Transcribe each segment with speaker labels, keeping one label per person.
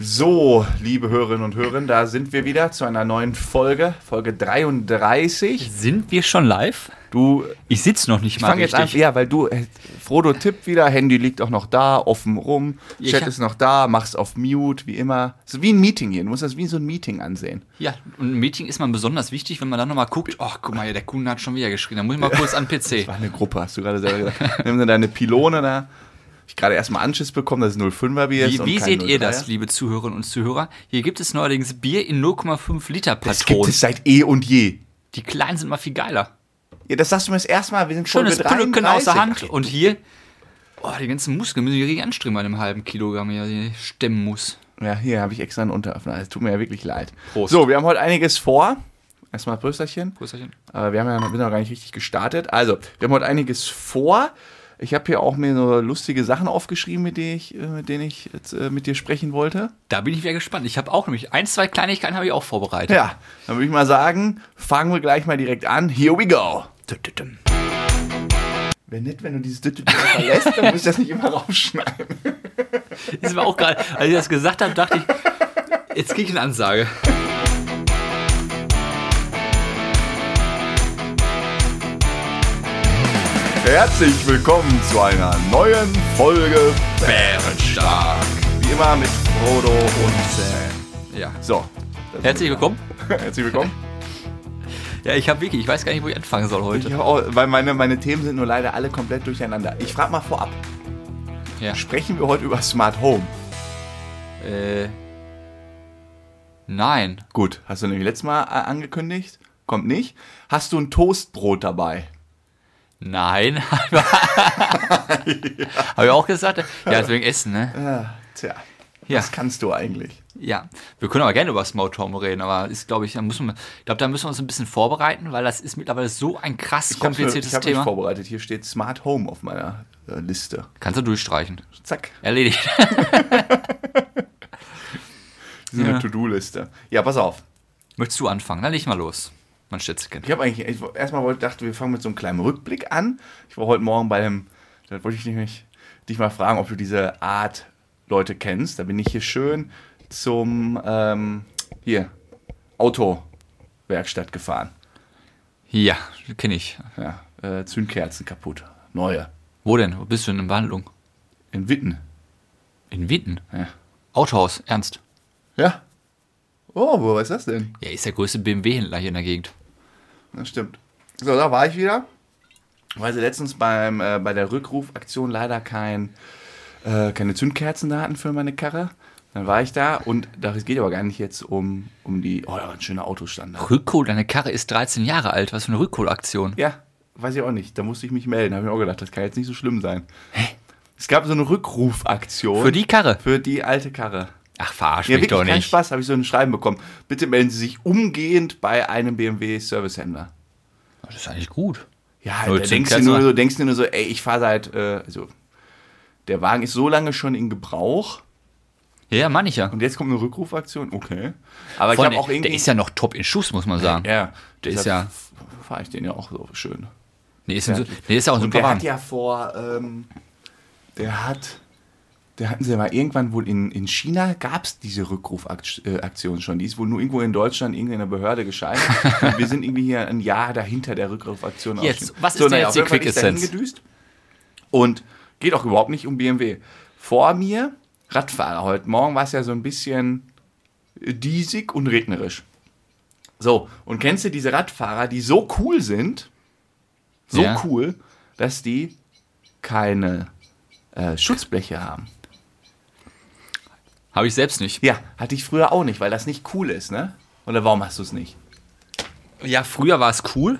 Speaker 1: So, liebe Hörerinnen und Hörer, da sind wir wieder zu einer neuen Folge, Folge 33.
Speaker 2: Sind wir schon live?
Speaker 1: Du,
Speaker 2: Ich sitze noch nicht
Speaker 1: ich
Speaker 2: mal
Speaker 1: fange jetzt an,
Speaker 2: richtig.
Speaker 1: ja, weil du, äh, Frodo tippt wieder, Handy liegt auch noch da, offen rum,
Speaker 2: Ich
Speaker 1: Chat
Speaker 2: hab-
Speaker 1: ist noch da, mach's auf Mute, wie immer. So wie ein Meeting hier, du musst das wie so ein Meeting ansehen.
Speaker 2: Ja, und ein Meeting ist man besonders wichtig, wenn man dann nochmal guckt, ach guck mal, ja, der Kunde hat schon wieder geschrieben, da muss ich mal kurz an den PC.
Speaker 1: War eine Gruppe, hast du gerade selber gesagt. Nimm dir deine Pylone da. Hab Ich gerade erstmal Anschiss bekommen, dass es 05er Bier ist.
Speaker 2: Wie,
Speaker 1: und
Speaker 2: wie
Speaker 1: kein
Speaker 2: seht ihr
Speaker 1: 03er.
Speaker 2: das, liebe Zuhörerinnen und Zuhörer? Hier gibt es neuerdings Bier in 0,5 Liter
Speaker 1: Das gibt
Speaker 2: Patronen.
Speaker 1: es seit eh und je.
Speaker 2: Die kleinen sind mal viel geiler.
Speaker 1: Ja, das sagst du mir das erste Mal, wir sind Folge
Speaker 2: Schönes Plücken aus der
Speaker 1: 33.
Speaker 2: Hand und hier, oh, die ganzen Muskeln müssen hier anstrengen bei einem halben Kilogramm, ja, die ich stemmen muss.
Speaker 1: Ja, hier habe ich extra einen Unteröffner. Es tut mir ja wirklich leid.
Speaker 2: Prost.
Speaker 1: So, wir haben heute einiges vor. Erstmal Prösterchen.
Speaker 2: Prösterchen.
Speaker 1: Aber wir haben ja noch, wir sind noch gar nicht richtig gestartet. Also, wir haben heute einiges vor. Ich habe hier auch mir so lustige Sachen aufgeschrieben, mit denen ich, äh, mit denen ich jetzt, äh, mit dir sprechen wollte.
Speaker 2: Da bin ich wieder gespannt. Ich habe auch nämlich ein, zwei Kleinigkeiten habe ich auch vorbereitet.
Speaker 1: Ja, dann würde ich mal sagen, fangen wir gleich mal direkt an. Here we go.
Speaker 2: Tütütüm.
Speaker 1: Wäre nett, wenn du dieses Dütütü verlässt, dann muss ich das nicht immer rausschneiden.
Speaker 2: Das war auch gerade, als ich das gesagt habe, dachte ich, jetzt kriege ich eine Ansage.
Speaker 1: Herzlich willkommen zu einer neuen Folge Bärenstark. Wie immer mit Frodo und Sam.
Speaker 2: Ja.
Speaker 1: So. das-
Speaker 2: Herzlich willkommen.
Speaker 1: Herzlich willkommen.
Speaker 2: Ja, ich habe wirklich, ich weiß gar nicht, wo ich anfangen soll heute.
Speaker 1: Ich hab auch, weil meine, meine Themen sind nur leider alle komplett durcheinander. Ich frage mal vorab,
Speaker 2: Ja.
Speaker 1: sprechen wir heute über Smart Home?
Speaker 2: Äh, nein.
Speaker 1: Gut, hast du nämlich letztes Mal äh, angekündigt, kommt nicht. Hast du ein Toastbrot dabei?
Speaker 2: Nein. Habe ich auch gesagt? Ja, deswegen Essen, ne?
Speaker 1: Ah, tja,
Speaker 2: Ja.
Speaker 1: was kannst du eigentlich?
Speaker 2: Ja. Wir können aber gerne über Smalltalk reden, aber ist, glaube ich, da müssen wir, ich glaube, da müssen wir uns ein bisschen vorbereiten, weil das ist mittlerweile so ein krass
Speaker 1: Ich habe
Speaker 2: kompliziertes
Speaker 1: ich hab mich
Speaker 2: Thema.
Speaker 1: vorbereitet. Hier steht Smart Home auf meiner äh, Liste.
Speaker 2: Kannst du durchstreichen.
Speaker 1: Zack,
Speaker 2: Erledigt.
Speaker 1: das ist eine
Speaker 2: Ja.
Speaker 1: To-Do-Liste. Ja, pass auf.
Speaker 2: Möchtest du anfangen? Dann leg mal los. Mein Schätzchen.
Speaker 1: Ich habe eigentlich, ich, erstmal wollte, dachte, wir fangen mit so einem kleinen Rückblick an. Ich war heute Morgen bei dem, da wollte ich nämlich dich mal fragen, ob du diese Art Leute kennst. Da bin ich hier schön zum, ähm, hier, Autowerkstatt gefahren.
Speaker 2: Ja, kenne ich.
Speaker 1: Ja, äh, Zündkerzen kaputt, neue,
Speaker 2: Wo denn? Wo bist du denn in Behandlung?
Speaker 1: in Witten.
Speaker 2: In Witten?
Speaker 1: Ja.
Speaker 2: Autohaus, ernst.
Speaker 1: ja. Oh, wo ist das denn?
Speaker 2: Ja, ist der größte BMW-Händler hier in der Gegend.
Speaker 1: Das stimmt. So, da war ich wieder. Weil sie letztens beim, äh, bei der Rückrufaktion leider kein, äh, keine Zündkerzen da hatten für meine Karre. Dann war ich da und da es geht aber gar nicht jetzt um, um die. Oh, ja, ein schöner Autostand. da.
Speaker 2: Rückhol, deine Karre ist 13 Jahre alt. Was für eine Rückholaktion.
Speaker 1: Ja, weiß ich auch nicht. Da musste ich mich melden. Da habe ich mir auch gedacht, das kann jetzt nicht so schlimm sein. Es gab so eine Rückrufaktion
Speaker 2: Für die Karre.
Speaker 1: für die alte Karre.
Speaker 2: Ach, verarsch
Speaker 1: Ja,
Speaker 2: mich
Speaker 1: wirklich
Speaker 2: doch
Speaker 1: kein
Speaker 2: nicht.
Speaker 1: Spaß, habe ich so ein Schreiben bekommen. Bitte melden Sie sich umgehend bei einem BMW-Servicehändler.
Speaker 2: Das ist eigentlich gut.
Speaker 1: Ja,
Speaker 2: Null
Speaker 1: da
Speaker 2: zu
Speaker 1: denkst du,
Speaker 2: Kerzen.
Speaker 1: nur so, denkst du nur so, ey, ich fahre seit, äh, also, der Wagen ist so lange schon in Gebrauch
Speaker 2: Ja, manch ja.
Speaker 1: und jetzt kommt eine Rückrufaktion, okay. Aber
Speaker 2: Vor
Speaker 1: ich
Speaker 2: allem,
Speaker 1: habe auch irgendwie.
Speaker 2: der ist ja noch top in Schuss, muss man sagen.
Speaker 1: ja,
Speaker 2: der ist
Speaker 1: deshalb
Speaker 2: ja-
Speaker 1: f- Fahre ich den ja auch so schön.
Speaker 2: Nee, ist, ein, su- nee, ist ja auch ein
Speaker 1: Und
Speaker 2: super
Speaker 1: der hat
Speaker 2: Wagen.
Speaker 1: ja vor, ähm, der hat, der hatten sie mal irgendwann wohl in, in China, gab es diese Rückrufaktion schon. Die ist wohl nur irgendwo in Deutschland, irgendeiner Behörde gescheitert. und wir sind irgendwie hier ein Jahr dahinter der Rückrufaktion.
Speaker 2: Jetzt,
Speaker 1: ausgeschrieben.
Speaker 2: was ist denn
Speaker 1: naja,
Speaker 2: jetzt
Speaker 1: auf
Speaker 2: die
Speaker 1: jeden Fall
Speaker 2: Quick
Speaker 1: ist dahin
Speaker 2: Essenz?
Speaker 1: gedüst. Und geht auch überhaupt nicht um BMW. Vor mir, Radfahrer, heute Morgen war es ja so ein bisschen diesig und regnerisch. So, und kennst du diese Radfahrer, die so cool sind, so
Speaker 2: Ja.
Speaker 1: cool, dass die keine äh, Schutzbleche haben?
Speaker 2: Habe ich selbst nicht.
Speaker 1: Ja, hatte ich früher auch nicht, weil das nicht cool ist, ne? Oder warum hast du es nicht?
Speaker 2: Ja, früher war es cool.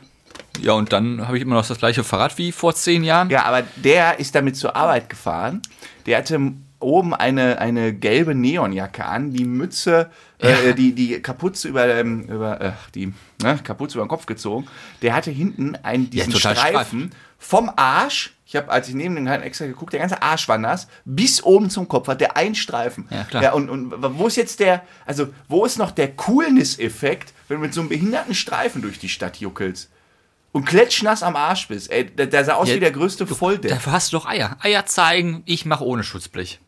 Speaker 2: Ja, und dann habe ich immer noch das gleiche Fahrrad wie vor zehn Jahren.
Speaker 1: Ja, aber der ist damit zur Arbeit gefahren. Der hatte oben eine, eine gelbe Neonjacke an, die Mütze, äh, die, die Kapuze über, ähm, über äh, die ne, Kapuze über den Kopf gezogen. Der hatte hinten einen, diesen
Speaker 2: total
Speaker 1: Streifen vom Arsch. Ich habe, als ich neben den halt extra geguckt, der ganze Arsch war nass, bis oben zum Kopf hat der einen Streifen.
Speaker 2: Ja, klar.
Speaker 1: und, und wo ist jetzt der, also wo ist noch der Coolness-Effekt, wenn du mit so einem behinderten Streifen durch die Stadt juckelst? Und klatschnass am Arsch bist. Ey, der, der sah aus
Speaker 2: Ja,
Speaker 1: wie der größte Volldepp.
Speaker 2: Dafür hast du doch Eier. Eier zeigen, ich mache ohne Schutzblech.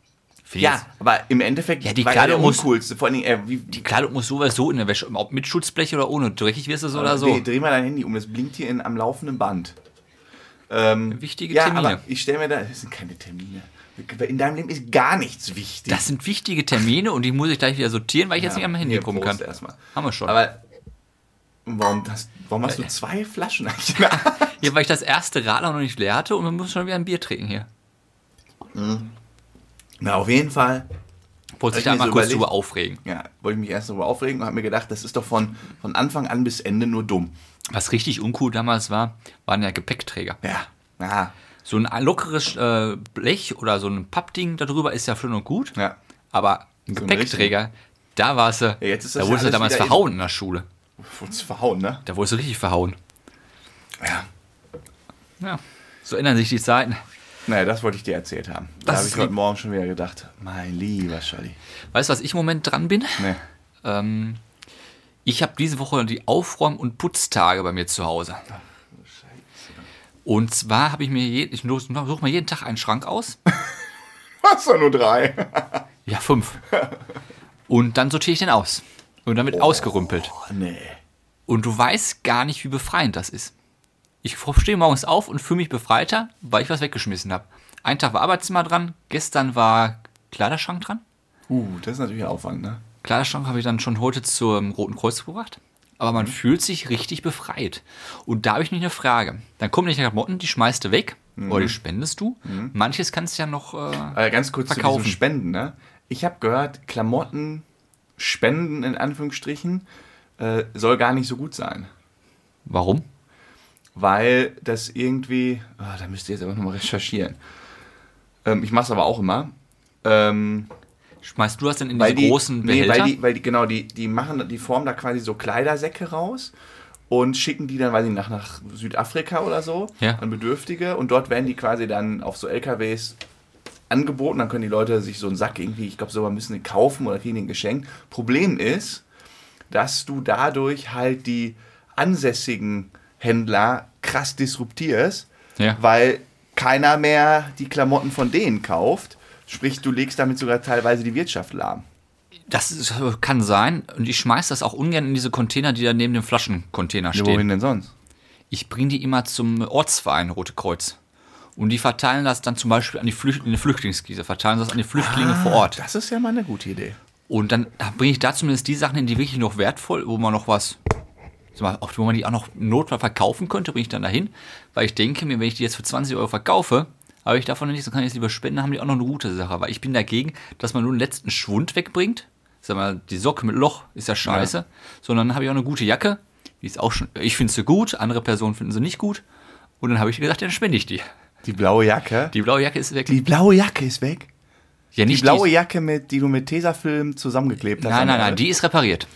Speaker 2: Felix.
Speaker 1: Ja, aber im Endeffekt
Speaker 2: Ja, die
Speaker 1: war er
Speaker 2: Kleidung
Speaker 1: der
Speaker 2: muss-
Speaker 1: uncoolste. Vor allen Dingen, er, wie,
Speaker 2: Die Kleidung muss sowas so in der Wäsche, ob mit Schutzblech oder ohne, dreckig wirst du so oder so.
Speaker 1: Dreh, dreh mal dein Handy um, das blinkt hier in, am laufenden Band. Ähm,
Speaker 2: Wichtige
Speaker 1: ja,
Speaker 2: Termine.
Speaker 1: aber ich stelle mir da, das sind keine Termine. In deinem Leben ist gar nichts wichtig.
Speaker 2: Das sind wichtige Termine und die muss ich gleich wieder sortieren, weil ich jetzt nicht am Handy
Speaker 1: hier,
Speaker 2: gucken
Speaker 1: Prost
Speaker 2: kann.
Speaker 1: Erstmal.
Speaker 2: Haben wir schon.
Speaker 1: Aber warum, das, warum hast du zwei Flaschen eigentlich?
Speaker 2: ja, weil ich das erste Rad noch nicht leer hatte und wir müssen schon wieder ein Bier trinken hier.
Speaker 1: Na, auf jeden Fall.
Speaker 2: Wollte
Speaker 1: Hab ich
Speaker 2: sich da
Speaker 1: mir
Speaker 2: mal
Speaker 1: so
Speaker 2: kurz
Speaker 1: überlegt.
Speaker 2: drüber aufregen.
Speaker 1: Ja, wollte ich mich erst darüber aufregen und habe mir gedacht, das ist doch von, von Anfang an bis Ende nur dumm.
Speaker 2: Was richtig uncool damals war, waren ja Gepäckträger.
Speaker 1: Ja. Ja.
Speaker 2: So ein lockeres äh, Blech oder so ein Pappding darüber ist ja schön und gut.
Speaker 1: ja.
Speaker 2: Aber ein
Speaker 1: So ein
Speaker 2: Gepäckträger, da warst du,
Speaker 1: jetzt ist das
Speaker 2: da
Speaker 1: ja
Speaker 2: wurdest du
Speaker 1: alles
Speaker 2: damals
Speaker 1: wieder in-
Speaker 2: verhauen in der Schule.
Speaker 1: Uns verhauen, ne?
Speaker 2: Da wurdest du richtig verhauen.
Speaker 1: Ja.
Speaker 2: Ja. So ändern sich die Zeiten.
Speaker 1: Naja, das wollte ich dir erzählt haben.
Speaker 2: Das
Speaker 1: da habe
Speaker 2: ist
Speaker 1: ich heute
Speaker 2: lieb.
Speaker 1: Morgen schon wieder gedacht, mein lieber Scholli. ne?
Speaker 2: Weißt du, was ich im Moment dran bin?
Speaker 1: Nee.
Speaker 2: Ähm, ich habe diese Woche die Aufräum- und Putztage bei mir zu Hause. Und zwar habe ich mir jeden, ich suche mir jeden Tag einen Schrank aus.
Speaker 1: Hast du nur drei?
Speaker 2: Ja, fünf. Und dann sortiere ich den aus. Und damit ausgerümpelt.
Speaker 1: Oh, nee.
Speaker 2: Und du weißt gar nicht, wie befreiend das ist. Ich stehe morgens auf und fühle mich befreiter, weil ich was weggeschmissen habe. Ein Tag war Arbeitszimmer dran, gestern war Kleiderschrank dran.
Speaker 1: Uh, das ist natürlich Aufwand, ne?
Speaker 2: Kleiderschrank habe ich dann schon heute zum Roten Kreuz gebracht. Aber
Speaker 1: Mhm.
Speaker 2: man fühlt sich richtig befreit. Und da habe ich nicht eine Frage. Dann kommen nicht Klamotten, die schmeißt du weg oder die
Speaker 1: Mhm.
Speaker 2: spendest du. Manches kannst du ja noch. Äh,
Speaker 1: Äh, ganz kurz zu
Speaker 2: Verkaufen.
Speaker 1: diesem Spenden, ne? Ich habe gehört, Klamotten spenden in Anführungsstrichen äh, soll gar nicht so gut sein.
Speaker 2: warum?
Speaker 1: weil das irgendwie, ah, da müsst ihr jetzt aber nochmal recherchieren. Ähm, ich mache es aber auch immer. Ähm,
Speaker 2: Schmeißt du das denn in
Speaker 1: weil
Speaker 2: diese
Speaker 1: die,
Speaker 2: großen
Speaker 1: nee,
Speaker 2: Behälter?
Speaker 1: weil die, weil die, genau, die, die machen, die formen da quasi so Kleidersäcke raus und schicken die dann, weiß ich, nach, nach Südafrika oder so
Speaker 2: Ja.
Speaker 1: an Bedürftige und dort werden die quasi dann auf so LKWs angeboten, dann können die Leute sich so einen Sack irgendwie, ich glaube, sogar müssen den kaufen oder kriegen den geschenkt. Problem ist, dass du dadurch halt die ansässigen Händler krass disruptierst,
Speaker 2: Ja.
Speaker 1: weil keiner mehr die Klamotten von denen kauft. Sprich, du legst damit sogar teilweise die Wirtschaft lahm.
Speaker 2: das ist, kann sein. Und ich schmeiß das auch ungern in diese Container, die da neben dem Flaschencontainer
Speaker 1: Ja,
Speaker 2: stehen.
Speaker 1: wohin denn sonst?
Speaker 2: Ich bringe die immer zum Ortsverein Rote Kreuz. Und die verteilen das dann zum Beispiel an die Flücht in die Flüchtlingskrise, verteilen das an die Flüchtlinge
Speaker 1: Ah,
Speaker 2: vor Ort.
Speaker 1: Das ist ja mal eine gute Idee.
Speaker 2: Und dann bringe ich da zumindest die Sachen hin, die wirklich noch wertvoll, wo man noch was, sag mal, auch wo man die auch noch im Notfall verkaufen könnte, bringe ich dann dahin. Weil ich denke mir, wenn ich die jetzt für 20 Euro verkaufe, habe ich davon nichts, dann kann ich es lieber spenden, dann haben die auch noch eine gute Sache. Weil ich bin dagegen, dass man nur den letzten Schwund wegbringt. Sag mal, die Socke mit Loch ist ja scheiße. Sondern dann habe ich auch eine gute Jacke. Die ist auch schon, ich finde sie gut, andere Personen finden sie nicht gut. Und dann habe ich gesagt, dann spende ich die.
Speaker 1: Die blaue Jacke. Die,
Speaker 2: Die blaue Jacke ist wirklich,
Speaker 1: blaue Jacke ist weg.
Speaker 2: ja
Speaker 1: Die
Speaker 2: nicht
Speaker 1: blaue Jacke, mit, die du mit Tesafilm zusammengeklebt hast.
Speaker 2: Nein, nein, nein, die ist repariert.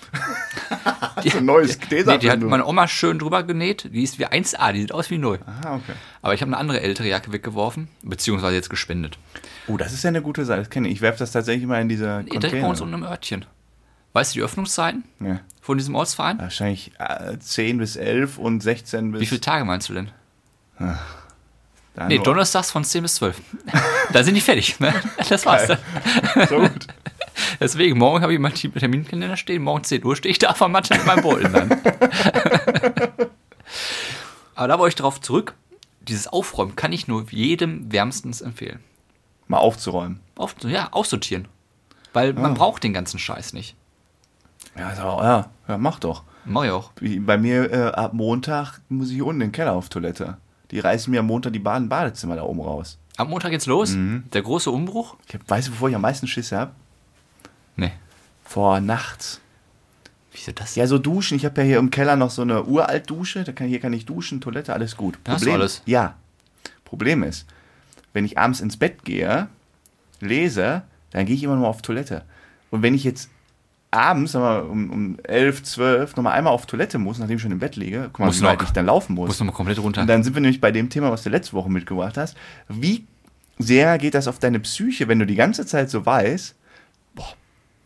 Speaker 1: Hast du ein neues
Speaker 2: Nee, die hat
Speaker 1: Tesafilm?
Speaker 2: meine Oma schön drüber genäht. Die ist wie 1A, die sieht aus wie neu.
Speaker 1: ah, okay.
Speaker 2: Aber ich habe eine andere ältere Jacke weggeworfen, beziehungsweise jetzt gespendet.
Speaker 1: Oh, das ist ja eine gute Sache. Das kenne ich. Ich werfe das tatsächlich immer in diese
Speaker 2: Nee, direkt bei uns
Speaker 1: Container.
Speaker 2: unten im Örtchen. Weißt du die Öffnungszeiten
Speaker 1: Ja.
Speaker 2: von diesem Ortsverein?
Speaker 1: Wahrscheinlich äh, 10 bis 11 und 16 bis...
Speaker 2: Wie viele Tage meinst du denn?
Speaker 1: Dann
Speaker 2: Nee,
Speaker 1: nur-
Speaker 2: donnerstags von 10 bis 12. da sind die fertig. Ne? Das war's.
Speaker 1: Geil. So gut.
Speaker 2: Deswegen, morgen habe ich meinen Terminkalender stehen. Morgen 10 Uhr stehe ich da auf der Matte mit meinem Beutel dann. Aber da wollte ich drauf zurück. Dieses Aufräumen kann ich nur jedem wärmstens empfehlen.
Speaker 1: Mal aufzuräumen.
Speaker 2: Auf, ja, aussortieren. Weil
Speaker 1: Ah.
Speaker 2: man braucht den ganzen Scheiß nicht.
Speaker 1: Ja, ist aber, ja, ja, mach doch.
Speaker 2: Mach ich auch.
Speaker 1: Wie Bei mir äh, ab Montag muss ich unten in den Keller auf Toilette. Die reißen mir am Montag die Baden Badezimmer da oben raus.
Speaker 2: Am Montag geht's los.
Speaker 1: Mhm.
Speaker 2: Der große Umbruch?
Speaker 1: Ich hab, weißt du, wovor ich am meisten Schiss habe?
Speaker 2: Nee.
Speaker 1: Vor nachts.
Speaker 2: Wieso das?
Speaker 1: Ja, so duschen. Ich habe ja hier im Keller noch so eine Uralt-Dusche. Da kann, hier kann ich duschen, Toilette, alles gut.
Speaker 2: Da hast du alles.
Speaker 1: Ja. Problem ist, wenn ich abends ins Bett gehe, lese, dann gehe ich immer nur auf Toilette. Und wenn ich jetzt abends, sagen wir mal, um, um 11, 12 nochmal einmal auf Toilette muss, nachdem ich schon im Bett liege, guck mal,
Speaker 2: Muss
Speaker 1: wie weit
Speaker 2: noch.
Speaker 1: ich dann laufen muss.
Speaker 2: Muss nochmal komplett runter.
Speaker 1: Und dann sind wir nämlich bei dem Thema, was du letzte Woche mitgebracht hast. Wie sehr geht das auf deine Psyche, wenn du die ganze Zeit so weißt, boah,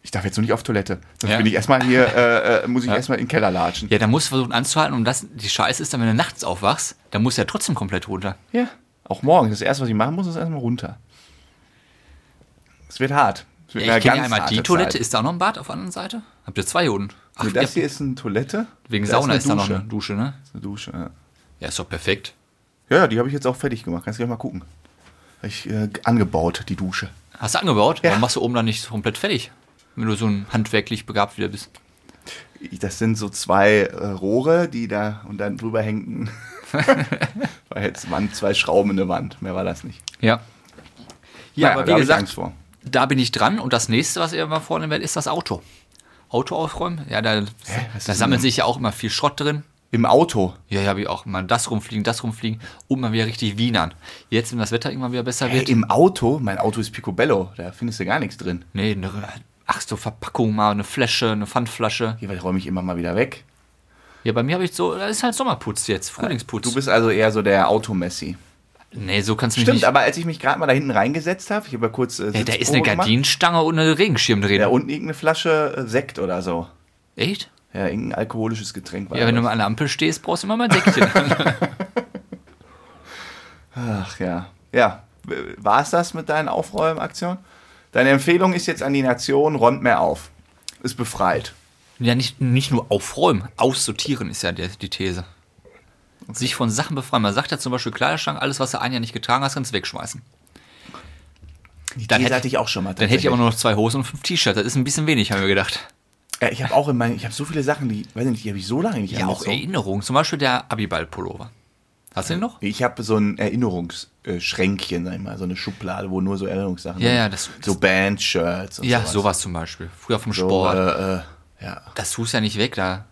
Speaker 1: ich darf jetzt noch nicht auf Toilette. Sonst
Speaker 2: Ja.
Speaker 1: bin ich erstmal hier, äh, äh, muss ich erstmal in den Keller latschen.
Speaker 2: ja, dann musst du versuchen anzuhalten und das, die Scheiße ist dann, wenn du nachts aufwachst, dann musst du ja trotzdem komplett runter.
Speaker 1: Ja. Auch morgen. Das erste, was ich machen muss, ist erstmal runter. Es wird hart. Es wird
Speaker 2: Ja,
Speaker 1: eine
Speaker 2: ich kenne ja
Speaker 1: ganz
Speaker 2: einmal die
Speaker 1: harte
Speaker 2: Toilette.
Speaker 1: Zeit.
Speaker 2: Ist da noch ein Bad auf der anderen Seite? Habt ihr zwei Joden? Ach,
Speaker 1: Nee,
Speaker 2: ihr
Speaker 1: das
Speaker 2: habt-
Speaker 1: hier ist eine Toilette.
Speaker 2: wegen
Speaker 1: Da
Speaker 2: Sauna ist, da noch
Speaker 1: Dusche.
Speaker 2: eine Dusche, ne?
Speaker 1: Eine Dusche, ja.
Speaker 2: Ja, ist doch perfekt.
Speaker 1: Ja, ja, die habe ich jetzt auch fertig gemacht. Kannst du gleich mal gucken. Hab Ich äh, angebaut, die Dusche.
Speaker 2: Hast du angebaut? Warum machst du oben dann nicht komplett fertig? Wenn du so ein handwerklich begabt wieder bist.
Speaker 1: Ich- Das sind so zwei äh, Rohre, die da und dann drüber hängen. War jetzt Wand, zwei Schrauben in der Wand. Mehr war das nicht.
Speaker 2: Ja. Ja, aber
Speaker 1: da
Speaker 2: wie
Speaker 1: hab ich
Speaker 2: gesagt,
Speaker 1: Angst vor.
Speaker 2: da bin ich dran und das nächste, was ich immer vornehmen werde, ist das Auto. Auto aufräumen? Ja, da,
Speaker 1: Was
Speaker 2: da
Speaker 1: ist
Speaker 2: sammelt sich ja auch immer viel Schrott drin.
Speaker 1: Im Auto.
Speaker 2: Ja, ja, habe ich auch mal das rumfliegen, das rumfliegen und mal wieder richtig Wienern. Jetzt, wenn das Wetter irgendwann wieder besser
Speaker 1: Hey,
Speaker 2: wird.
Speaker 1: Äh, Im Auto? Mein Auto ist Picobello. Da findest du gar nichts drin.
Speaker 2: Nee, ne, ach so, Verpackung mal, eine Flasche, eine Pfandflasche.
Speaker 1: Hier räume ich immer mal wieder weg.
Speaker 2: Ja, bei mir habe ich so, das ist halt Sommerputz jetzt, Frühlingsputz.
Speaker 1: Ah, Du bist also eher so der Automessi.
Speaker 2: nee, so kannst du mich
Speaker 1: Stimmt,
Speaker 2: nicht.
Speaker 1: aber als ich mich gerade mal da hinten reingesetzt habe, ich habe ja kurz. Äh,
Speaker 2: Mhm. ja, da ist eine
Speaker 1: Sitzprobe gemacht.
Speaker 2: Gardinenstange und ein Regenschirm drin.
Speaker 1: Ja, und irgendeine Flasche äh, Sekt oder so.
Speaker 2: Echt?
Speaker 1: Ja, irgendein alkoholisches Getränk. War
Speaker 2: Ja, wenn du
Speaker 1: das.
Speaker 2: mal an der Ampel stehst, brauchst du immer mal ein Säckchen.
Speaker 1: Ach ja. Ja, war es das mit deinen Aufräumaktionen? Deine Empfehlung ist jetzt an die Nation, räumt mehr auf. Ist befreit.
Speaker 2: Ja, nicht, nicht nur aufräumen, aussortieren ist ja der, die These. Sich von Sachen befreien. Man sagt ja zum Beispiel Kleiderschrank, alles, was du ein Jahr nicht getragen hast, kannst du wegschmeißen. Dann
Speaker 1: Die
Speaker 2: hätte-
Speaker 1: hatte ich auch schon mal.
Speaker 2: Dann hätte ich aber
Speaker 1: tatsächlich.
Speaker 2: nur noch zwei Hosen und fünf T-Shirts. Das ist ein bisschen wenig, haben wir gedacht.
Speaker 1: Ja, Äh, ich habe auch in meinen, ich habe so viele Sachen, die, weiß nicht, die habe ich so lange nicht
Speaker 2: Ja, auch
Speaker 1: angezogen.
Speaker 2: Erinnerungen. Zum Beispiel der Abiball-Pullover. Hast du den noch?
Speaker 1: Ich habe so ein Erinnerungsschränkchen, sag ich mal, so eine Schublade, wo nur so Erinnerungssachen
Speaker 2: Ja,
Speaker 1: sind.
Speaker 2: ja, das-
Speaker 1: so Band-Shirts und
Speaker 2: Ja,
Speaker 1: sowas.
Speaker 2: sowas zum Beispiel. Früher vom
Speaker 1: So,
Speaker 2: Sport.
Speaker 1: äh, äh, ja,
Speaker 2: Das tust du ja nicht weg, da.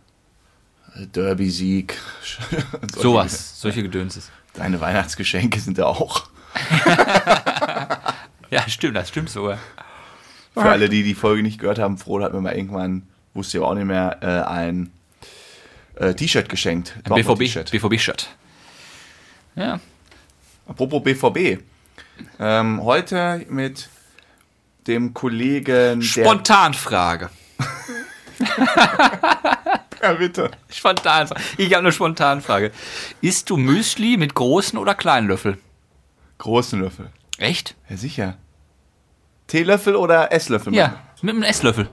Speaker 1: Derby-Sieg. und solche-
Speaker 2: Sowas. Solche Gedönses.
Speaker 1: Deine Weihnachtsgeschenke sind da auch.
Speaker 2: Ja, stimmt, das stimmt sogar.
Speaker 1: Für alle, die die Folge nicht gehört haben, Frodo hat mir mal irgendwann, wusste ich aber auch nicht mehr, äh, ein äh, T-Shirt geschenkt.
Speaker 2: Ein
Speaker 1: Dortmund
Speaker 2: BVB-Shirt.
Speaker 1: T-Shirt.
Speaker 2: BVB-Shirt. Ja.
Speaker 1: Apropos BVB. Ähm, heute mit dem Kollegen.
Speaker 2: Spontanfrage.
Speaker 1: Der, ja, bitte.
Speaker 2: Spontanfrage. Ich habe eine Spontanfrage. Isst du Müsli mit großen oder kleinen Löffel?
Speaker 1: Großen Löffel.
Speaker 2: Echt?
Speaker 1: Ja, sicher. Teelöffel oder Esslöffel?
Speaker 2: Ja, mit einem Esslöffel.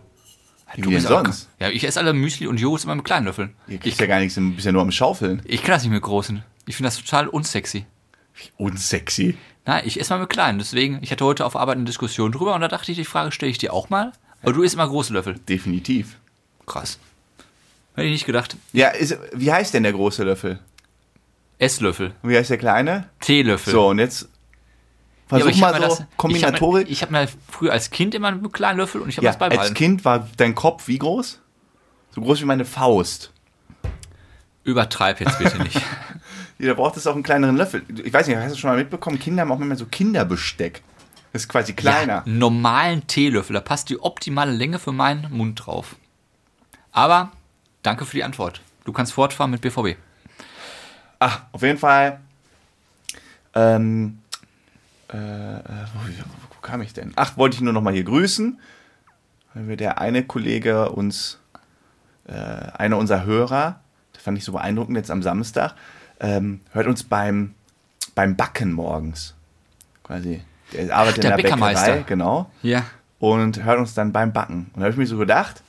Speaker 1: Du bist
Speaker 2: auch-
Speaker 1: sonst.
Speaker 2: Ja, ich esse alle Müsli und Joghurt immer mit kleinen Löffeln.
Speaker 1: Ihr kriegt ja gar nichts, du bist ja nur am Schaufeln.
Speaker 2: Ich kann das nicht mit großen. Ich finde das total unsexy.
Speaker 1: Unsexy.
Speaker 2: Nein, ich esse mal mit kleinen. Deswegen, ich hatte heute auf Arbeit eine Diskussion drüber und da dachte ich, die Frage stelle ich dir auch mal. Aber du isst immer große Löffel.
Speaker 1: Definitiv.
Speaker 2: Krass. Hätte ich nicht gedacht.
Speaker 1: Ja, ist, wie heißt denn der große Löffel?
Speaker 2: Esslöffel,
Speaker 1: Und wie heißt der kleine?
Speaker 2: Teelöffel.
Speaker 1: So, und jetzt
Speaker 2: Ja, aber
Speaker 1: versuch
Speaker 2: ich hab
Speaker 1: mal
Speaker 2: mir
Speaker 1: so
Speaker 2: das-
Speaker 1: Kombinatorik.
Speaker 2: Ich habe mir, hab mir früher als Kind immer einen kleinen Löffel und ich habe
Speaker 1: Ja,
Speaker 2: das beibehalten.
Speaker 1: als Kind war dein Kopf wie groß? So groß wie meine Faust.
Speaker 2: Übertreib jetzt bitte nicht.
Speaker 1: Ja, Da braucht es auch einen kleineren Löffel. Ich weiß nicht, hast du schon mal mitbekommen? Kinder haben auch immer so Kinderbesteck. Das ist quasi kleiner.
Speaker 2: Ja, einen normalen Teelöffel, da passt die optimale Länge für meinen Mund drauf. Aber danke für die Antwort. Du kannst fortfahren mit BVB.
Speaker 1: Ach, Ah, auf jeden Fall. Ähm, äh, äh, wo, wo kam ich denn? Ach, wollte ich nur noch mal hier grüßen, weil wir der eine Kollege uns, äh, einer unserer Hörer, das fand ich so beeindruckend jetzt am Samstag, ähm, hört uns beim, beim Backen morgens. Quasi. Der arbeitet
Speaker 2: der
Speaker 1: in der
Speaker 2: Bäckermeister.
Speaker 1: Bäckerei, genau
Speaker 2: Ja.
Speaker 1: und hört uns dann beim Backen. Und da habe ich mir so gedacht,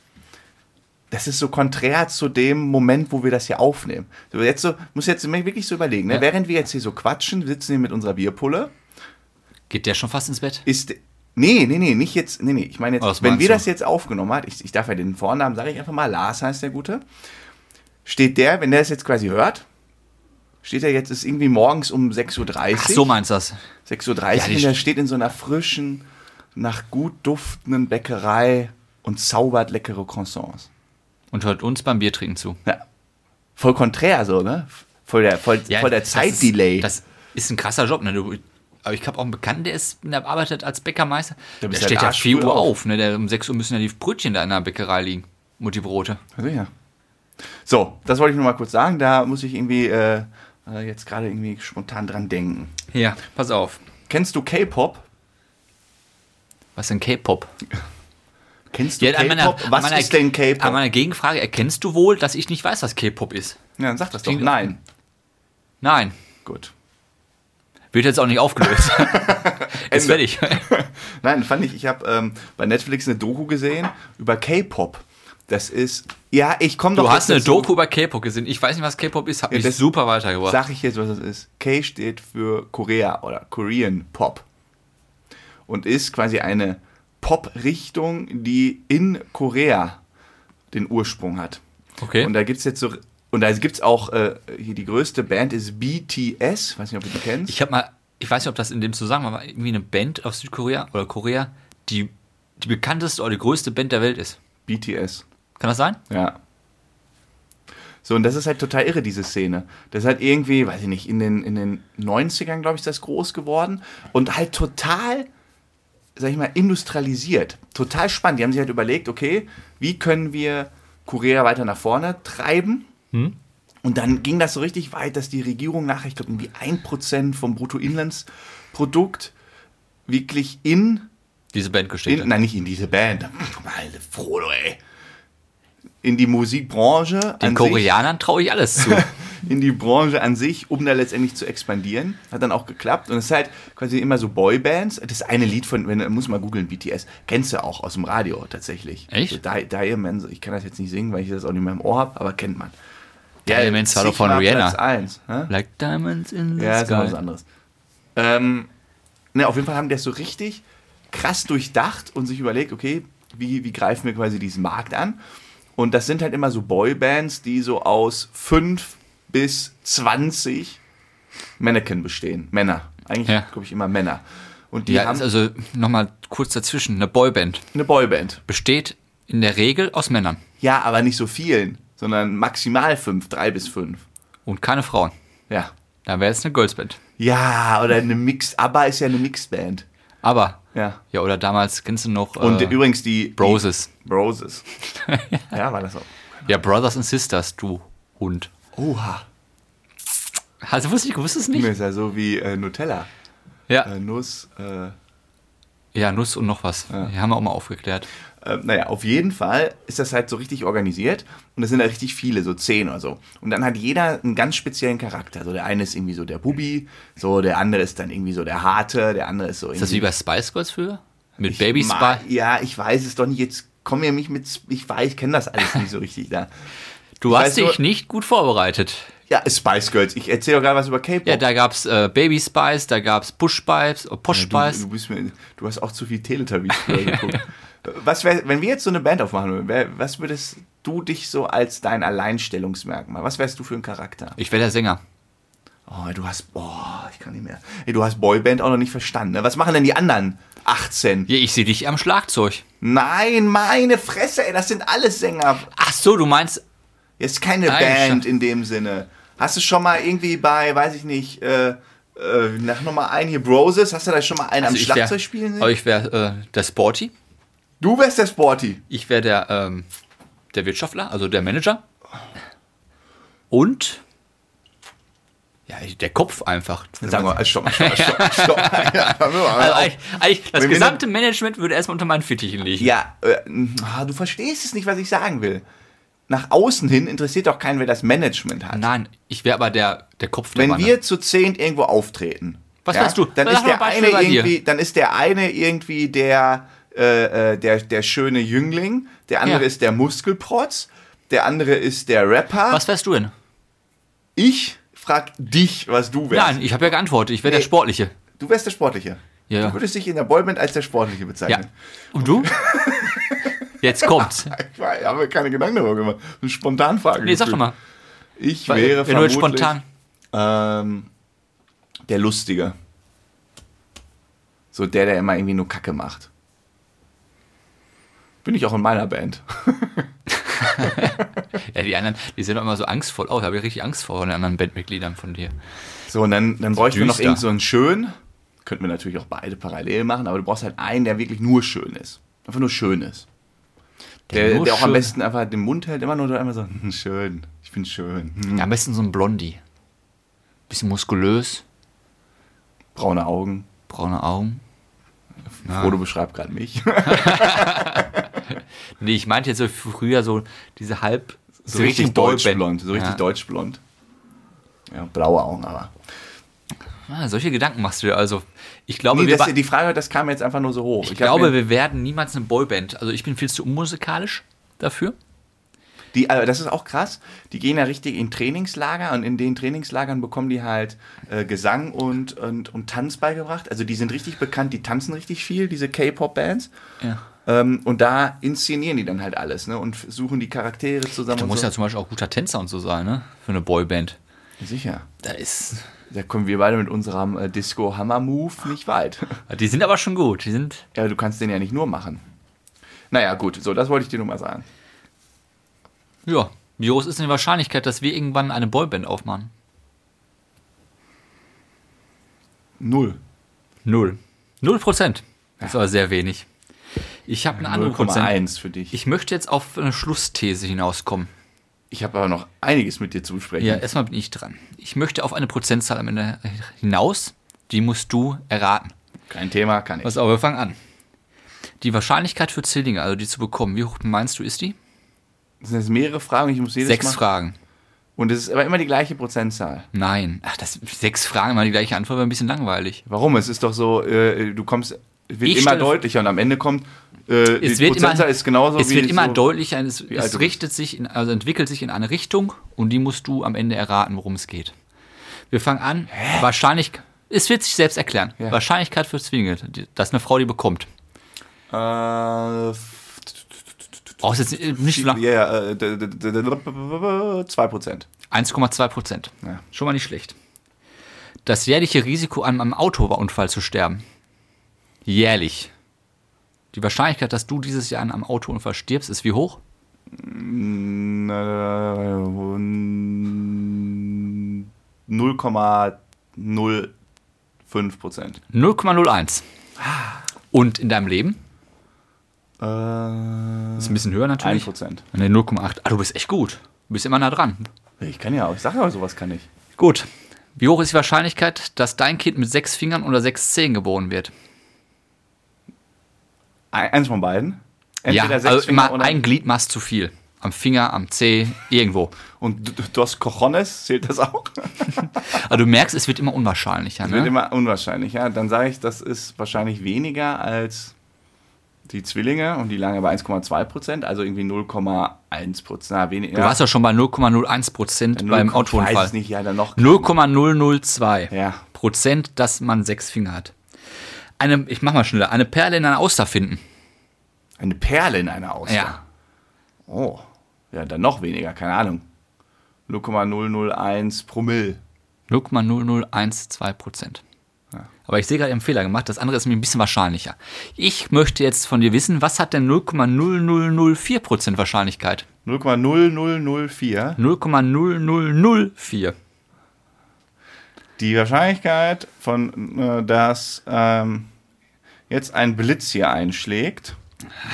Speaker 1: das ist so konträr zu dem Moment, wo wir das hier aufnehmen. So jetzt so, muss jetzt wirklich so überlegen, ne?
Speaker 2: Ja.
Speaker 1: während wir jetzt hier so quatschen, sitzen wir mit unserer Bierpulle,
Speaker 2: Geht der schon fast ins Bett?
Speaker 1: ist nee, nee, nee, nicht jetzt, nee, nee, ich meine jetzt,
Speaker 2: Oh, was
Speaker 1: wenn
Speaker 2: meinst
Speaker 1: wir
Speaker 2: du?
Speaker 1: das jetzt aufgenommen hat, ich, ich darf ja den Vornamen, sage ich einfach mal, Lars heißt der Gute, steht der, wenn der das jetzt quasi hört, steht er jetzt, ist irgendwie morgens um 6.30 Uhr.
Speaker 2: Ach, so meinst du das.
Speaker 1: 6.30
Speaker 2: Ja,
Speaker 1: Uhr
Speaker 2: die
Speaker 1: und er
Speaker 2: Sch-
Speaker 1: steht in so einer frischen, nach gut duftenden Bäckerei und zaubert leckere Croissants.
Speaker 2: Und hört uns beim Biertrinken zu.
Speaker 1: Ja. Voll konträr so, ne? Voll der, voll, voll der
Speaker 2: das
Speaker 1: Zeitdelay.
Speaker 2: Ist, das ist ein krasser Job. Ne? Du, aber ich habe auch einen Bekannten, der, ist, der arbeitet als Bäckermeister. Der,
Speaker 1: bist ja
Speaker 2: steht
Speaker 1: da
Speaker 2: ja 4
Speaker 1: früh
Speaker 2: Uhr
Speaker 1: auf.
Speaker 2: auf. ne? der, um 6 Uhr müssen ja die Brötchen da in der Bäckerei liegen. Und die Brote.
Speaker 1: also, ja. So, das wollte ich nur mal kurz sagen. Da muss ich irgendwie äh, äh, jetzt gerade irgendwie spontan dran denken.
Speaker 2: Ja, pass auf.
Speaker 1: Kennst du K-Pop?
Speaker 2: Was ist denn K-Pop?
Speaker 1: Kennst du
Speaker 2: Ja, an meiner,
Speaker 1: K-Pop?
Speaker 2: an
Speaker 1: Was
Speaker 2: meiner,
Speaker 1: ist denn
Speaker 2: An
Speaker 1: K-Pop?
Speaker 2: meiner Gegenfrage erkennst du wohl, dass ich nicht weiß, was K-Pop ist?
Speaker 1: Ja, dann sag das doch.
Speaker 2: Klingt-
Speaker 1: Nein.
Speaker 2: Nein.
Speaker 1: Gut.
Speaker 2: Wird jetzt auch nicht aufgelöst. ist
Speaker 1: Ende.
Speaker 2: fertig.
Speaker 1: Nein, fand ich, ich habe ähm, bei Netflix eine Doku gesehen über K-Pop. Das ist, ja, ich komme doch
Speaker 2: Du hast
Speaker 1: jetzt
Speaker 2: eine
Speaker 1: dazu.
Speaker 2: Doku über K-Pop gesehen. Ich weiß nicht, was K-Pop ist. Hat mich
Speaker 1: das-
Speaker 2: super weitergebracht.
Speaker 1: Sag ich jetzt, was das ist. K steht für Korea oder Korean Pop. Und ist quasi eine Pop-Richtung, die in Korea den Ursprung hat.
Speaker 2: okay.
Speaker 1: Und da gibt es jetzt so. Und da gibt es auch, äh, hier die größte Band ist BTS. Weiß nicht, ob du die kennst.
Speaker 2: Ich habe mal, ich weiß nicht, ob das in dem Zusammenhang war, irgendwie eine Band aus Südkorea oder Korea, die die bekannteste oder die größte Band der Welt ist.
Speaker 1: BTS.
Speaker 2: Kann das sein?
Speaker 1: Ja. So, und das ist halt total irre, diese Szene. Das ist halt irgendwie, weiß ich nicht, in den, in den 90ern, glaube ich, ist das groß geworden. Und halt total, sag ich mal, industrialisiert. Total spannend. Die haben sich halt überlegt, okay, wie können wir Korea weiter nach vorne treiben? Und dann ging das so richtig weit, dass die Regierung nachher, ich glaube, irgendwie 1% vom Bruttoinlandsprodukt wirklich in
Speaker 2: Diese Band gesteckt.
Speaker 1: in,
Speaker 2: hat.
Speaker 1: nein, nicht in diese Band. Alter, Frodo, ey. In die Musikbranche.
Speaker 2: Den
Speaker 1: an
Speaker 2: Koreanern traue ich alles zu.
Speaker 1: Sich, in die Branche an sich, um da letztendlich zu expandieren. Hat dann auch geklappt. Und es ist halt quasi immer so Boybands. Das eine Lied von, wenn, muss mal googeln, BTS. Kennst du auch aus dem Radio tatsächlich.
Speaker 2: Echt?
Speaker 1: So Di- Diamonds. Ich kann das jetzt nicht singen, weil ich das auch nicht mehr im Ohr habe, aber kennt man.
Speaker 2: Diamonds war doch von
Speaker 1: zigmal
Speaker 2: Rihanna.
Speaker 1: Platz eins, ne?
Speaker 2: Like Diamonds in the
Speaker 1: Ja, das ist noch was
Speaker 2: Sky.
Speaker 1: anderes. Ähm, ne, auf jeden Fall haben die das so richtig krass durchdacht und sich überlegt, okay, wie, wie greifen wir quasi diesen Markt an? Und das sind halt immer so Boybands, die so aus 5 bis 20 Mannequin bestehen. Männer. Eigentlich,
Speaker 2: Ja.
Speaker 1: glaube ich, immer Männer. Und die
Speaker 2: Ja,
Speaker 1: haben
Speaker 2: ist also nochmal kurz dazwischen. Eine Boyband
Speaker 1: eine Boyband.
Speaker 2: besteht in der Regel aus Männern
Speaker 1: Ja, aber nicht so vielen, sondern maximal 5, 3 bis 5.
Speaker 2: und keine Frauen.
Speaker 1: Ja.
Speaker 2: Da wäre jetzt eine Girlsband.
Speaker 1: Ja, oder eine Mixed, aber ist ja eine Mixed Band.
Speaker 2: Aber,
Speaker 1: Ja.
Speaker 2: ja, oder damals, kennst du noch?
Speaker 1: Und
Speaker 2: äh,
Speaker 1: übrigens die
Speaker 2: Broses.
Speaker 1: Die Broses. ja, war das auch.
Speaker 2: ja, Brothers and Sisters, du Hund.
Speaker 1: Oha.
Speaker 2: Also wusste ich, wusste es nicht?
Speaker 1: Mir ist ja so wie äh, Nutella.
Speaker 2: Ja.
Speaker 1: Äh, Nuss. Äh,
Speaker 2: ja, Nuss und noch was. Die haben wir auch mal aufgeklärt.
Speaker 1: äh, naja, auf jeden Fall ist das halt so richtig organisiert und es sind da richtig viele, so zehn oder so. Und dann hat jeder einen ganz speziellen Charakter. So der eine ist irgendwie so der Bubi, so der andere ist dann irgendwie so der Harte, der andere ist so irgendwie.
Speaker 2: Ist das wie bei Spice Girls früher? Mit Baby
Speaker 1: Ma-
Speaker 2: Spice?
Speaker 1: Ja, ich weiß es doch nicht. Jetzt komm mir mich mit. Ich weiß, ich kenne das alles nicht so richtig da.
Speaker 2: Du
Speaker 1: weiß
Speaker 2: hast
Speaker 1: nur-
Speaker 2: dich nicht gut vorbereitet.
Speaker 1: Ja, Spice Girls. Ich erzähle doch gerade was über K-Pop.
Speaker 2: Ja, da gab's äh, Baby Spice, da gab's Push Spice, äh, Posh
Speaker 1: Du,
Speaker 2: Spice.
Speaker 1: du, bist mir, du hast auch zu viel Teletubbies früher geguckt. Was wär, wenn wir jetzt so eine Band aufmachen würden, wer, was würdest du dich so als dein Alleinstellungsmerkmal, was wärst du für ein Charakter?
Speaker 2: Ich wäre der Sänger.
Speaker 1: Oh, du hast, oh, ich kann nicht mehr. Ey, du hast Boyband auch noch nicht verstanden. Ne? Was machen denn die anderen 18?
Speaker 2: Ja, ich sehe dich am Schlagzeug.
Speaker 1: Nein, meine Fresse, ey, das sind alles Sänger.
Speaker 2: Ach so, du meinst,
Speaker 1: Jetzt keine
Speaker 2: Nein,
Speaker 1: Band
Speaker 2: scha-
Speaker 1: in dem Sinne. Hast du schon mal irgendwie bei, weiß ich nicht, äh, äh, nach Nummer ein hier Broses, hast du da schon mal einen am
Speaker 2: also ich wär-
Speaker 1: Schlagzeug spielen
Speaker 2: Aber
Speaker 1: sehen?
Speaker 2: ich wäre äh, der Sporty.
Speaker 1: Du wärst der Sporty.
Speaker 2: Ich wäre der, ähm, der Wirtschaftler, also der Manager. Und ja, ich- der Kopf einfach.
Speaker 1: Sagen wir, stopp, stopp, stopp, stopp. Ja, hören wir mal
Speaker 2: also
Speaker 1: auf.
Speaker 2: eigentlich, eigentlich das
Speaker 1: Wenn wir
Speaker 2: gesamte Management würde erstmal unter meinen Fittichen liegen.
Speaker 1: ja äh, ah, du verstehst es nicht, was ich sagen will. Nach außen hin interessiert doch keinen, wer das Management hat.
Speaker 2: Nein, ich wäre aber der, der Kopf der
Speaker 1: Wenn
Speaker 2: Wanne.
Speaker 1: wir zu zehn irgendwo auftreten,
Speaker 2: Was meinst du?
Speaker 1: Dann
Speaker 2: Sag
Speaker 1: ist,
Speaker 2: mal ein
Speaker 1: der eine
Speaker 2: Beispiel bei dir.
Speaker 1: irgendwie, dann ist der eine irgendwie der, äh, äh, der, der schöne Jüngling, der andere
Speaker 2: Ja.
Speaker 1: ist der Muskelprotz, der andere ist der Rapper.
Speaker 2: Was wärst du denn?
Speaker 1: Ich frag dich, was du wärst.
Speaker 2: Nein, ich habe ja geantwortet. Ich wäre der
Speaker 1: Nee.
Speaker 2: Sportliche.
Speaker 1: Du wärst der Sportliche.
Speaker 2: Ja, ja.
Speaker 1: Du würdest dich in der Boyband als der Sportliche
Speaker 2: Ja.
Speaker 1: bezeichnen.
Speaker 2: Und du? Jetzt kommt's.
Speaker 1: Ich war- ich habe mir keine Gedanken darüber gemacht. Eine Spontanfrage.
Speaker 2: Nee, sag
Speaker 1: gefühlt.
Speaker 2: doch mal.
Speaker 1: Ich
Speaker 2: Weil,
Speaker 1: wäre
Speaker 2: wenn du jetzt
Speaker 1: vermutlich
Speaker 2: spontan.
Speaker 1: Ähm, der Lustige. So der, der immer irgendwie nur Kacke macht. Bin ich auch in meiner Band.
Speaker 2: Ja, die anderen, die sehen doch immer so angstvoll aus. Da habe ich richtig Angst vor den anderen Bandmitgliedern von dir.
Speaker 1: So, und dann, dann bräuchten wir noch
Speaker 2: düster.
Speaker 1: irgend so einen schön. Könnten wir natürlich auch beide parallel machen, aber du brauchst halt einen, der wirklich nur schön ist. Einfach nur schön ist. Der, der,
Speaker 2: nur
Speaker 1: auch am
Speaker 2: schön-
Speaker 1: besten einfach den Mund hält, immer nur so einmal so, "Hm, schön, ich bin schön. Hm.
Speaker 2: Ja, am besten so ein Blondie. Bisschen muskulös,
Speaker 1: Braune Augen.
Speaker 2: braune Augen. Ah.
Speaker 1: Frodo beschreibt gerade mich.
Speaker 2: Nee, ich meinte jetzt so früher so diese halb.
Speaker 1: So richtig
Speaker 2: richtigen Boyband.
Speaker 1: deutschblond. So richtig
Speaker 2: ja.
Speaker 1: deutschblond. Ja, blaue Augen aber.
Speaker 2: Ah, solche Gedanken machst du dir also. Ich glaube,
Speaker 1: Nee,
Speaker 2: wir
Speaker 1: das,
Speaker 2: wa-
Speaker 1: die Frage, das kam jetzt einfach nur so hoch.
Speaker 2: ich
Speaker 1: hab
Speaker 2: glaube,
Speaker 1: mir,
Speaker 2: wir werden niemals eine Boyband. Also ich bin viel zu unmusikalisch dafür.
Speaker 1: die, aber das ist auch krass. Die gehen ja richtig in Trainingslager und in den Trainingslagern bekommen die halt äh, Gesang und, und, und Tanz beigebracht. Also die sind richtig bekannt, die tanzen richtig viel, diese K-Pop-Bands. Ähm, und da inszenieren die dann halt alles ne? und f- suchen die Charaktere zusammen.
Speaker 2: Du
Speaker 1: und
Speaker 2: musst
Speaker 1: so.
Speaker 2: ja zum Beispiel auch guter Tänzer und so sein, ne? Für eine Boyband.
Speaker 1: Sicher.
Speaker 2: Da ist.
Speaker 1: Da kommen wir beide mit unserem äh, Disco-Hammer-Move nicht weit.
Speaker 2: Die sind aber schon gut. Die sind.
Speaker 1: Ja, du kannst den ja nicht nur machen. Naja, gut, so, das wollte ich dir nur mal sagen.
Speaker 2: Ja. Wie groß ist denn die Wahrscheinlichkeit, dass wir irgendwann eine Boyband aufmachen?
Speaker 1: Null.
Speaker 2: Null. Null Prozent. Das ist aber sehr wenig. Ich habe eine andere Prozent.
Speaker 1: 0,1 für dich. Ich,
Speaker 2: Ich möchte jetzt auf eine Schlussthese hinauskommen.
Speaker 1: habe aber noch einiges mit dir zu besprechen.
Speaker 2: Ja, erstmal bin ich dran. Ich möchte auf eine Prozentzahl am Ende hinaus. Die musst du erraten.
Speaker 1: Kein Thema, kann ich.
Speaker 2: Pass auf, wir fangen an. Die Wahrscheinlichkeit für Zwillinge, also die zu bekommen, wie hoch meinst du ist die?
Speaker 1: Das sind jetzt mehrere Fragen, ich muss jedes
Speaker 2: Sechs
Speaker 1: Mal.
Speaker 2: Fragen.
Speaker 1: Und es ist aber immer die gleiche Prozentzahl.
Speaker 2: Nein. Ach, das, sechs Fragen, immer die gleiche Antwort, wäre ein bisschen langweilig.
Speaker 1: Warum? Es ist doch so, äh, du kommst, es wird
Speaker 2: Ich
Speaker 1: immer
Speaker 2: stelle-
Speaker 1: deutlicher und am Ende kommt, äh, die
Speaker 2: Es wird
Speaker 1: Prozentzahl
Speaker 2: immer,
Speaker 1: ist genauso
Speaker 2: es
Speaker 1: wie
Speaker 2: wird immer
Speaker 1: so,
Speaker 2: deutlicher, es,
Speaker 1: alt du
Speaker 2: es
Speaker 1: bist.
Speaker 2: richtet sich, in, also entwickelt sich in eine Richtung und die musst du am Ende erraten, worum es geht. Wir fangen an. Wahrscheinlich, es wird sich selbst erklären.
Speaker 1: Ja.
Speaker 2: Wahrscheinlichkeit für Zwillinge, die- dass eine Frau die bekommt.
Speaker 1: Äh, f-
Speaker 2: Brauchst jetzt nicht so
Speaker 1: ja,
Speaker 2: lang.
Speaker 1: ja, äh, d- d- d- d- 2%.
Speaker 2: 1,2 Prozent.
Speaker 1: Ja.
Speaker 2: Schon mal nicht schlecht. Das jährliche Risiko, an einem Autounfall zu sterben. Jährlich. Die Wahrscheinlichkeit, dass du dieses Jahr an einem Autounfall stirbst, ist wie hoch?
Speaker 1: Äh, 0,05%.
Speaker 2: 0,01.
Speaker 1: Ah.
Speaker 2: Und in deinem Leben?
Speaker 1: Äh,
Speaker 2: Ist ein bisschen höher natürlich.
Speaker 1: 1%.
Speaker 2: Nee, 0,8. Ah, du bist echt gut. Du bist immer nah dran.
Speaker 1: Ich kann ja auch, ich sage aber sowas kann ich.
Speaker 2: Gut. Wie hoch ist die Wahrscheinlichkeit, dass dein Kind mit sechs Fingern oder sechs Zehen geboren wird?
Speaker 1: Ein- Eins von beiden.
Speaker 2: Ja,
Speaker 1: sechs
Speaker 2: also
Speaker 1: Finger
Speaker 2: immer ein Gliedmaß zu viel. Am Finger, am Zeh, irgendwo.
Speaker 1: Und d- d- Dos Cojones, zählt das auch?
Speaker 2: Aber Also du merkst, es wird immer unwahrscheinlicher. Ne?
Speaker 1: Wird immer unwahrscheinlich, ja. Dann sage ich, das ist wahrscheinlich weniger als die Zwillinge und die lagen bei 1,2%, also irgendwie 0,1%. Na, weniger.
Speaker 2: Du warst ja schon bei 0,01 Prozent beim
Speaker 1: Ich weiß
Speaker 2: Autounfall.
Speaker 1: es nicht, ja, dann noch.
Speaker 2: 0,002
Speaker 1: Ja.
Speaker 2: Prozent, dass man sechs Finger hat. Eine, ich mach mal schneller. Eine Perle in einer Auster finden.
Speaker 1: Eine Perle in einer Auster.
Speaker 2: Ja.
Speaker 1: Oh, ja, dann noch weniger, keine Ahnung. 0,001 Promille.
Speaker 2: 0,0012 Prozent. Aber ich sehe gerade, ich habe einen Fehler gemacht. Das andere ist mir ein bisschen wahrscheinlicher. Ich möchte jetzt von dir wissen, was hat denn 0,0004 Prozent Wahrscheinlichkeit?
Speaker 1: 0,0004.
Speaker 2: 0,0004.
Speaker 1: Die Wahrscheinlichkeit von, äh, dass ähm, jetzt ein Blitz hier einschlägt,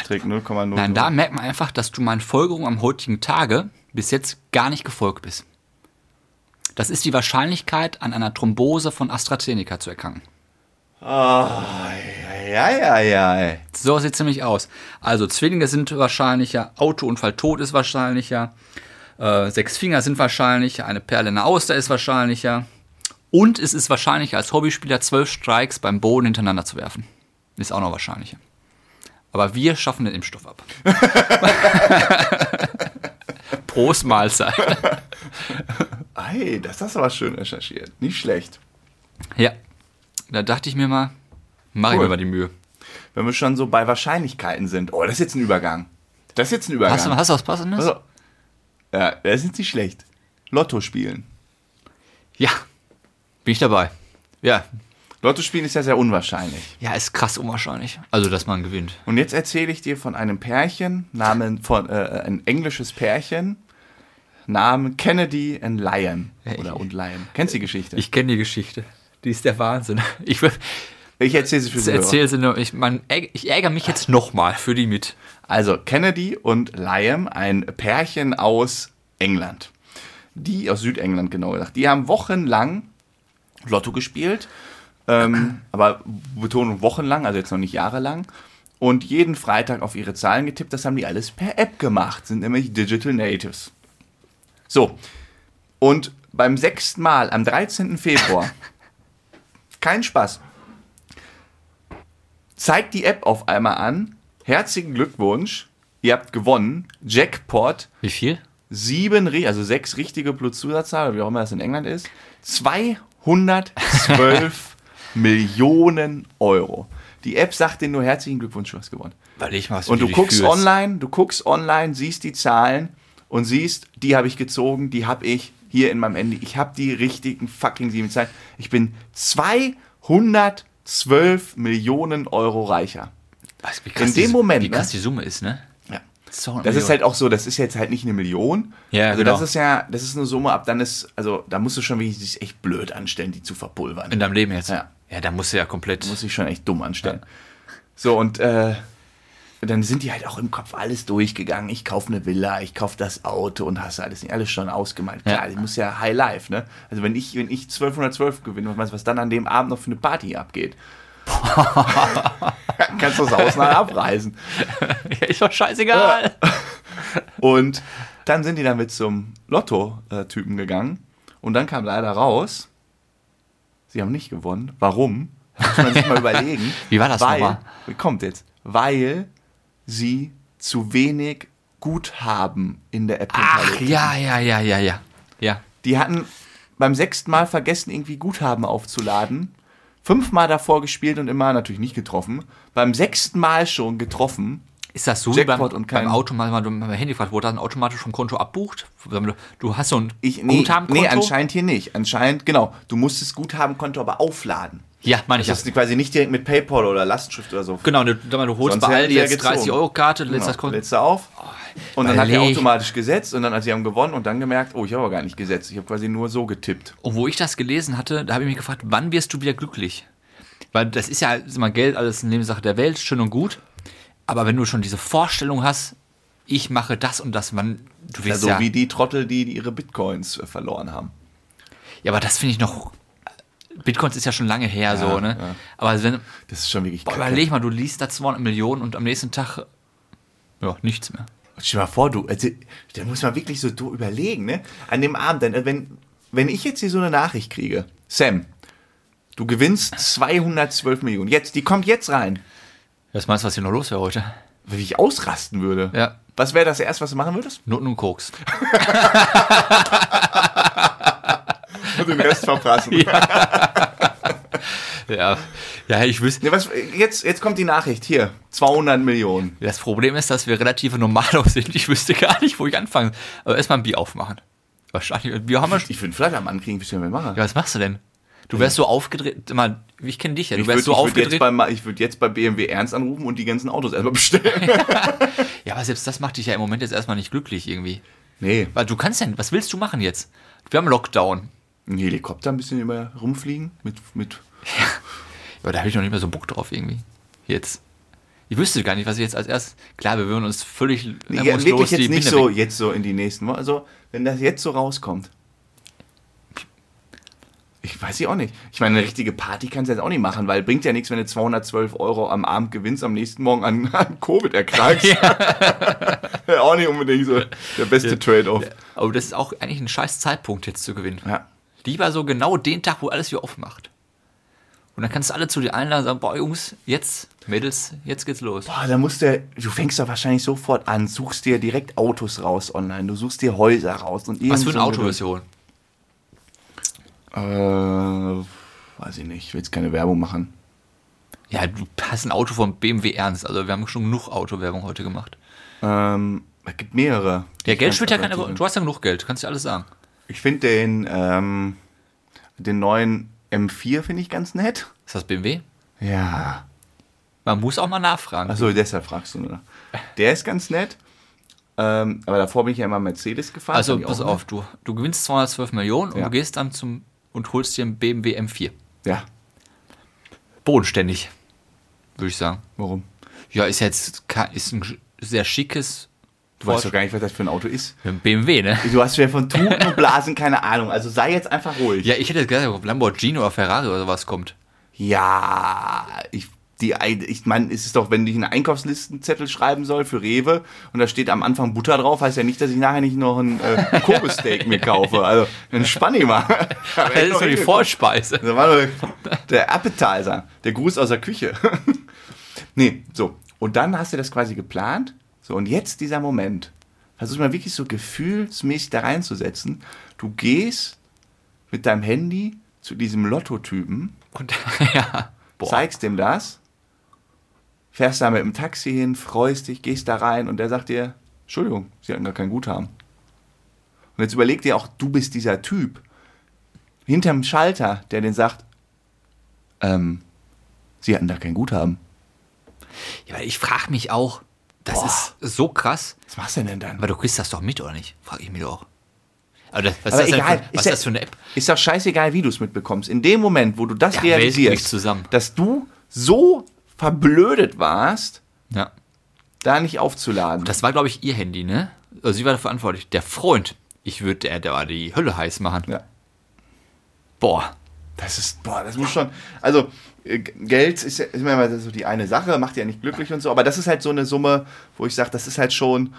Speaker 1: trägt 0,0.
Speaker 2: Nein, da merkt man einfach, dass du meinen Folgerungen am heutigen Tage bis jetzt gar nicht gefolgt bist. Das ist die Wahrscheinlichkeit, an einer Thrombose von AstraZeneca zu erkranken.
Speaker 1: Ja, ja, ja.
Speaker 2: So sieht es nämlich aus. Also Zwillinge sind wahrscheinlicher, Autounfall tot ist wahrscheinlicher, äh, sechs Finger sind wahrscheinlicher, eine Perle in der Auster ist wahrscheinlicher. Und es ist wahrscheinlicher, als Hobbyspieler zwölf Strikes beim Boden hintereinander zu werfen. Ist auch noch wahrscheinlicher. Aber wir schaffen den Impfstoff ab. Prost Mahlzeit.
Speaker 1: Ei, das hast du aber schön recherchiert. Nicht schlecht.
Speaker 2: Ja, da dachte ich mir mal, mach ich
Speaker 1: Cool.
Speaker 2: mir mal die Mühe.
Speaker 1: Wenn wir schon so bei Wahrscheinlichkeiten sind. Oh, das ist jetzt ein Übergang. Das ist jetzt ein Übergang.
Speaker 2: Hast du, hast du was Passendes?
Speaker 1: Also, ja, das ist jetzt nicht schlecht. Lotto spielen.
Speaker 2: Ja, bin ich dabei. Ja,
Speaker 1: Lotto spielen ist ja sehr unwahrscheinlich.
Speaker 2: Ja, ist krass unwahrscheinlich. Also, dass man gewinnt.
Speaker 1: Und jetzt erzähle ich dir von einem Pärchen, Namen von äh, ein englisches Pärchen, Namen Kennedy and Lyon oder und Lyon. Kennst du die Geschichte?
Speaker 2: Ich kenne die Geschichte. Die ist der Wahnsinn. Ich,
Speaker 1: Ich erzähle sie für Sie.
Speaker 2: erzähle sie nur. Ich, mein, äg- ich ärgere mich jetzt nochmal für die mit.
Speaker 1: Also Kennedy und Lyon, ein Pärchen aus England. Die, aus Südengland genau gesagt, die haben wochenlang Lotto gespielt. Ähm, aber Betonung wochenlang, also jetzt noch nicht jahrelang. Und jeden Freitag auf ihre Zahlen getippt. Das haben die alles per App gemacht. Sind nämlich Digital Natives. So. Und beim sechsten Mal, am 13. Februar, Kein Spaß. Zeigt die App auf einmal an. Herzlichen Glückwunsch. Ihr habt gewonnen. Jackpot.
Speaker 2: Wie viel?
Speaker 1: Sieben, ri- also sechs richtige plus Zusatzzahl, oder wie auch immer das in England ist. 212 Millionen Euro. Die App sagt dir nur herzlichen Glückwunsch, du hast gewonnen.
Speaker 2: Weil ich mal
Speaker 1: Und du guckst online, du guckst online, siehst die Zahlen und siehst, die habe ich gezogen, die habe ich hier in meinem Handy. Ich habe die richtigen fucking sieben Zahlen. Ich bin 212 Millionen Euro reicher.
Speaker 2: Was, wie krass
Speaker 1: In dem
Speaker 2: die,
Speaker 1: Moment,
Speaker 2: Wie krass
Speaker 1: ne?
Speaker 2: die Summe ist, ne?
Speaker 1: Ja.
Speaker 2: So eine
Speaker 1: Das ist
Speaker 2: Million.
Speaker 1: halt auch so, das ist jetzt halt nicht eine Million.
Speaker 2: Ja,
Speaker 1: also
Speaker 2: genau.
Speaker 1: das ist ja, das ist eine Summe, ab dann ist, also da musst du schon wirklich dich echt blöd anstellen, die zu verpulvern.
Speaker 2: In deinem Leben jetzt.
Speaker 1: Ja.
Speaker 2: Ja, da musst du ja komplett.
Speaker 1: muss ich schon echt dumm anstellen. So, und äh, dann sind die halt auch im Kopf alles durchgegangen. Ich kaufe eine Villa, ich kaufe das Auto und hast alles, alles schon ausgemalt. Klar,
Speaker 2: Ja.
Speaker 1: das muss ja High Life, ne? Also wenn ich, wenn ich 1212 gewinne, was meinst du, was dann an dem Abend noch für eine Party abgeht? Kannst du das Haus nachher abreißen.
Speaker 2: Ja, ist doch scheißegal.
Speaker 1: Und dann sind die damit zum Lotto-Typen gegangen. Und dann kam leider raus, sie haben nicht gewonnen. Warum? Muss man sich mal überlegen.
Speaker 2: Wie war das
Speaker 1: Weil,
Speaker 2: nochmal?
Speaker 1: wie kommt jetzt? Weil sie zu wenig Guthaben in der App
Speaker 2: Ach,
Speaker 1: hinterlegt
Speaker 2: ja, ja, ja, ja, ja. Ja.
Speaker 1: die hatten beim sechsten Mal vergessen, irgendwie Guthaben aufzuladen. Fünfmal davor gespielt und immer natürlich nicht getroffen. Beim sechsten Mal schon getroffen.
Speaker 2: Ist das so wie beim,
Speaker 1: Jackpot und kein-
Speaker 2: beim Automat, wenn du beim Handy fragst, wurde dann automatisch vom Konto abbucht? Du hast so ein
Speaker 1: Ich, nee,
Speaker 2: Guthabenkonto?
Speaker 1: nee, anscheinend hier nicht. Anscheinend, genau. Du musst das Guthabenkonto aber aufladen.
Speaker 2: Ja, meine ich ja.
Speaker 1: Das ist quasi nicht direkt mit PayPal oder Lastschrift oder so.
Speaker 2: Genau, du, sag mal, du holst
Speaker 1: Sonst
Speaker 2: bei
Speaker 1: hätten
Speaker 2: Aldi
Speaker 1: die ja
Speaker 2: jetzt
Speaker 1: gezogen. Genau,
Speaker 2: 30-Euro-Karte, lädst das Konto. Oh,
Speaker 1: Letzte auf. Und dann hat er
Speaker 2: überleg.
Speaker 1: automatisch gesetzt und dann, also sie haben gewonnen und dann gemerkt, oh, ich habe aber gar nicht gesetzt. Ich habe quasi nur so getippt.
Speaker 2: Und wo ich das gelesen hatte, da habe ich mich gefragt, wann wirst du wieder glücklich? Weil das ist ja sag mal Geld, alles eine Nebensache der Welt, schön und gut. Aber wenn du schon diese Vorstellung hast, ich mache das und das, man, du wirst
Speaker 1: Also
Speaker 2: ja.
Speaker 1: wie die Trottel, die, die ihre Bitcoins äh, verloren haben.
Speaker 2: ja, aber das finde ich noch. Bitcoins ist ja schon lange her, so, ne? Aber wenn,
Speaker 1: Das ist schon wirklich
Speaker 2: boah,
Speaker 1: kacke.
Speaker 2: überleg mal, du liest da 200 Millionen und am nächsten Tag, ja, nichts mehr.
Speaker 1: Stell dir mal vor, du, also, da muss man wirklich so du überlegen, ne? An dem Abend, dann, wenn, wenn ich jetzt hier so eine Nachricht kriege, Sam, du gewinnst 212 Millionen. Jetzt, die kommt jetzt rein.
Speaker 2: Was meinst du, was hier noch los wäre heute?
Speaker 1: Wenn ich ausrasten würde.
Speaker 2: Ja.
Speaker 1: Was wäre das erste, was du machen würdest?
Speaker 2: Noten und Koks.
Speaker 1: Und den Rest verpassen.
Speaker 2: ja. ja, ich wüsste.
Speaker 1: Nee, was, jetzt, jetzt kommt die Nachricht. Hier, 200 Millionen.
Speaker 2: Das Problem ist, dass wir relative Normalo sind. Ich wüsste gar nicht, wo ich anfangen. Aber erstmal ein Bier aufmachen. Wahrscheinlich. ein Bier haben wir schon.
Speaker 1: Ich würde Flattermann kriegen, bis wir mehr machen.
Speaker 2: Ja, was machst du denn? Du wärst so aufgedreht. Mal, ich kenne dich ja. Du
Speaker 1: Ich würde
Speaker 2: wärst so
Speaker 1: würd jetzt,
Speaker 2: aufgedreht.
Speaker 1: bei Ma- ich würd jetzt bei BMW Ernst anrufen und die ganzen Autos erstmal bestellen.
Speaker 2: Ja, aber selbst das macht dich ja im Moment jetzt erstmal nicht glücklich irgendwie.
Speaker 1: Nee,
Speaker 2: Weil du kannst denn, was willst du machen jetzt? Wir haben Lockdown.
Speaker 1: ein Helikopter ein bisschen über rumfliegen mit, mit
Speaker 2: Ja, da habe ich noch nicht mehr so Bock drauf irgendwie. Jetzt. Ich wüsste gar nicht, was ich jetzt als erstes. Klar, wir würden uns völlig
Speaker 1: Ja,
Speaker 2: hemmungslos
Speaker 1: wirklich jetzt
Speaker 2: die
Speaker 1: nicht
Speaker 2: Binde
Speaker 1: so,
Speaker 2: weg-
Speaker 1: jetzt so in die nächsten Wochen. Also, wenn das jetzt so rauskommt. Ich weiß ja auch nicht. Ich meine, eine richtige Party kannst du jetzt auch nicht machen, weil bringt ja nichts, wenn du 212 Euro am Abend gewinnst, am nächsten Morgen an, an Covid erkrankst. ja. auch nicht unbedingt so der beste Trade-off.
Speaker 2: Aber das ist auch eigentlich ein scheiß Zeitpunkt jetzt zu gewinnen.
Speaker 1: Ja.
Speaker 2: Lieber so genau den Tag, wo alles wieder aufmacht. Und dann kannst du alle zu dir einladen und sagen, boah Jungs, jetzt, Mädels, jetzt geht's los.
Speaker 1: Boah, da musst du, du fängst doch wahrscheinlich sofort an, suchst dir direkt Autos raus online, du suchst dir Häuser raus und
Speaker 2: Was
Speaker 1: irgend
Speaker 2: für ein
Speaker 1: so
Speaker 2: Auto wirst du holen?
Speaker 1: Äh, weiß ich nicht, ich will jetzt keine Werbung machen.
Speaker 2: Ja, du hast ein Auto vom BMW Ernst. Also wir haben schon genug Autowerbung heute gemacht.
Speaker 1: Ähm, es gibt mehrere.
Speaker 2: Ja, Geld spielt ja keine Rolle.
Speaker 1: Rolle.
Speaker 2: Du hast ja genug Geld, kannst dir alles sagen.
Speaker 1: Ich finde den, ähm, den neuen M4 finde ich ganz nett.
Speaker 2: Ist das BMW?
Speaker 1: Ja.
Speaker 2: Man muss auch mal nachfragen.
Speaker 1: Achso, deshalb fragst du nur. Der ist ganz nett. Ähm, aber davor bin ich ja immer Mercedes gefahren.
Speaker 2: Also
Speaker 1: Fand ich auch
Speaker 2: pass
Speaker 1: nett.
Speaker 2: auf, du, du gewinnst 212 Millionen und
Speaker 1: Ja.
Speaker 2: du gehst dann zum und holst dir einen BMW M4.
Speaker 1: Ja,
Speaker 2: Bodenständig, würde ich sagen.
Speaker 1: warum?
Speaker 2: Ja, ist jetzt ke- ist ein sehr schickes
Speaker 1: Du weißt doch gar nicht, was das für ein Auto ist.
Speaker 2: BMW, ne?
Speaker 1: Du hast ja von Tuten und Blasen keine Ahnung. Also sei jetzt einfach ruhig.
Speaker 2: Ja, ich hätte jetzt gedacht, ob Lamborghini oder Ferrari oder sowas kommt.
Speaker 1: Ja, ich die, Ei- ich meine, es ist doch, wenn ich einen Einkaufslistenzettel schreiben soll für Rewe und da steht am Anfang Butter drauf, heißt ja nicht, dass ich nachher nicht noch ein äh, Kobe-Steak mir kaufe. Also, entspann dich mal.
Speaker 2: Das ist doch die Vorspeise.
Speaker 1: Das war nur der Appetizer, der Gruß aus der Küche. nee, so. Und dann hast du das quasi geplant. So, und jetzt dieser Moment. Versuch mal wirklich so gefühlsmäßig da reinzusetzen. Du gehst mit deinem Handy zu diesem Lottotypen,
Speaker 2: Und ja, boah.
Speaker 1: zeigst dem das, fährst da mit dem Taxi hin, freust dich, gehst da rein und der sagt dir, Entschuldigung, Sie hatten gar kein Guthaben. Und jetzt überleg dir auch, du bist dieser Typ hinterm Schalter, der den sagt, ähm, Sie hatten da kein Guthaben.
Speaker 2: Ja, aber ich frage mich auch, das ist so krass.
Speaker 1: Was machst du denn dann?
Speaker 2: Aber du kriegst das doch mit, oder nicht? Frage ich mich doch. Aber das, was
Speaker 1: Aber
Speaker 2: ist, das
Speaker 1: egal,
Speaker 2: denn für,
Speaker 1: ist
Speaker 2: was
Speaker 1: ja-
Speaker 2: ist das für eine App?
Speaker 1: Ist doch scheißegal, wie du es mitbekommst. In dem Moment, wo du das
Speaker 2: Ja, Welt bricht
Speaker 1: realisierst,
Speaker 2: zusammen.
Speaker 1: dass du so verblödet warst,
Speaker 2: Ja.
Speaker 1: da nicht aufzuladen.
Speaker 2: Das war, glaube ich, ihr Handy, ne? Also sie war dafür verantwortlich. Der Freund, ich würde der, der war die Hölle heiß machen.
Speaker 1: ja.
Speaker 2: Boah.
Speaker 1: Das ist, boah, das muss schon. Also, äh, Geld ist ja ist immer mal so die eine Sache, macht ja nicht glücklich und so, aber das ist halt so eine Summe, wo ich sage, das ist halt schon.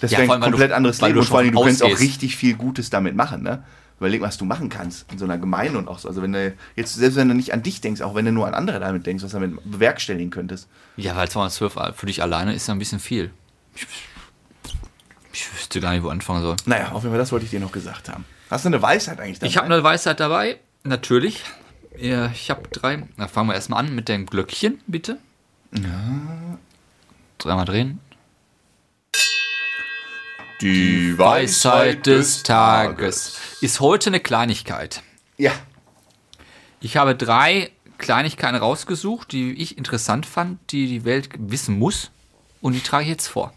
Speaker 1: Das
Speaker 2: Ja,
Speaker 1: wäre
Speaker 2: vor
Speaker 1: ein
Speaker 2: allem, weil du-
Speaker 1: komplett anderes
Speaker 2: weil
Speaker 1: Leben
Speaker 2: du
Speaker 1: und vor allem,
Speaker 2: schon
Speaker 1: du kannst auch
Speaker 2: ausgehst.
Speaker 1: richtig viel Gutes damit machen, ne? Überleg mal, was du machen kannst in so einer Gemeinde und auch so. Also, wenn du jetzt, selbst wenn du nicht an dich denkst, auch wenn du nur an andere damit denkst, was du damit bewerkstelligen könntest.
Speaker 2: Ja, weil 212 für dich alleine ist ja ein bisschen viel. Ich, ich wüsste gar nicht, wo anfangen soll.
Speaker 1: Naja, auf jeden Fall, das wollte ich dir noch gesagt haben. Hast du eine Weisheit eigentlich dabei?
Speaker 2: Ich habe eine Weisheit dabei, natürlich. Ja, Ich habe drei. Na, fangen wir erstmal an mit dem Glöckchen, bitte. Ja. Dreimal drehen.
Speaker 1: die
Speaker 2: Weisheit des Tages. Ist heute eine Kleinigkeit.
Speaker 1: Ja.
Speaker 2: Ich habe drei Kleinigkeiten rausgesucht, die ich interessant fand, die die Welt wissen muss. Und die trage ich jetzt vor.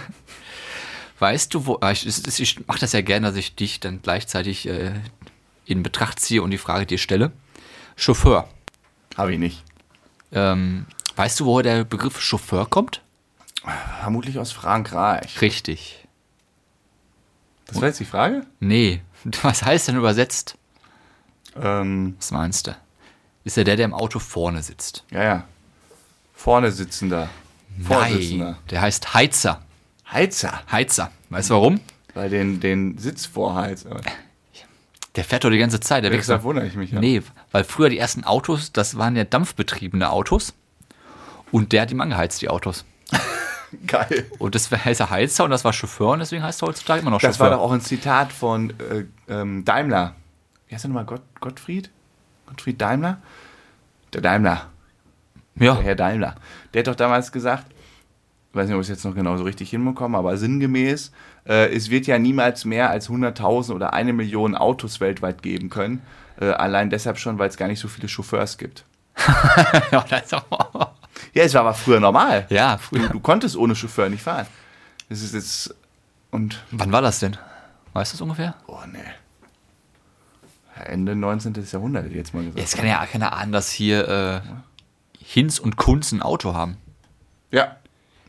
Speaker 2: weißt du, wo. ah, Ich, ich, ich mache das ja gerne, dass ich dich dann gleichzeitig äh, in Betracht ziehe und die Frage dir stelle. Chauffeur.
Speaker 1: Habe ich nicht.
Speaker 2: Ähm, weißt du, woher der Begriff Chauffeur kommt?
Speaker 1: Vermutlich aus Frankreich.
Speaker 2: Richtig.
Speaker 1: Das war jetzt die Frage?
Speaker 2: Nee. Was heißt denn übersetzt?
Speaker 1: Ähm.
Speaker 2: Was meinst du? Ist ja der, der im Auto vorne sitzt.
Speaker 1: Ja, ja. Vorne sitzender. Vorsitzender.
Speaker 2: Nein, der heißt Heizer.
Speaker 1: Heizer.
Speaker 2: Heizer. Weißt du warum?
Speaker 1: Weil den, den Sitz vorheizt. Aber
Speaker 2: Der fährt doch die ganze Zeit. Der wechselt.
Speaker 1: Deshalb wundere ich mich ja.
Speaker 2: Nee, weil früher die ersten Autos, das waren ja dampfbetriebene Autos. Und der hat ihm angeheizt, die Autos.
Speaker 1: Geil.
Speaker 2: Und das heißt er Heizer und das war Chauffeur und deswegen heißt er heutzutage immer noch
Speaker 1: Das war
Speaker 2: Chauffeur.
Speaker 1: doch auch ein Zitat von äh, ähm, Daimler. Wie heißt der nochmal? Gott, Gottfried? Gottfried Daimler? Der Daimler.
Speaker 2: ja.
Speaker 1: Der Oh, Herr Daimler. Der hat doch damals gesagt, ich weiß nicht, ob ich es jetzt noch genau so richtig hinbekomme, aber sinngemäß, äh, es wird ja niemals mehr als 100.000 oder eine Million Autos weltweit geben können. Äh, allein deshalb schon, weil es gar nicht so viele Chauffeurs gibt.
Speaker 2: ja, das ist auch-
Speaker 1: Ja, es war aber früher normal.
Speaker 2: ja,
Speaker 1: Du,
Speaker 2: früher.
Speaker 1: du konntest ohne Chauffeur nicht fahren. Das ist jetzt. Und.
Speaker 2: Wann war das denn? Weißt du es ungefähr?
Speaker 1: Oh, nee. Ende 19. Jahrhundert, hätte ich jetzt mal gesagt.
Speaker 2: Jetzt kann ja keiner ahnen, dass hier äh, Hinz und Kunz ein Auto haben.
Speaker 1: Ja.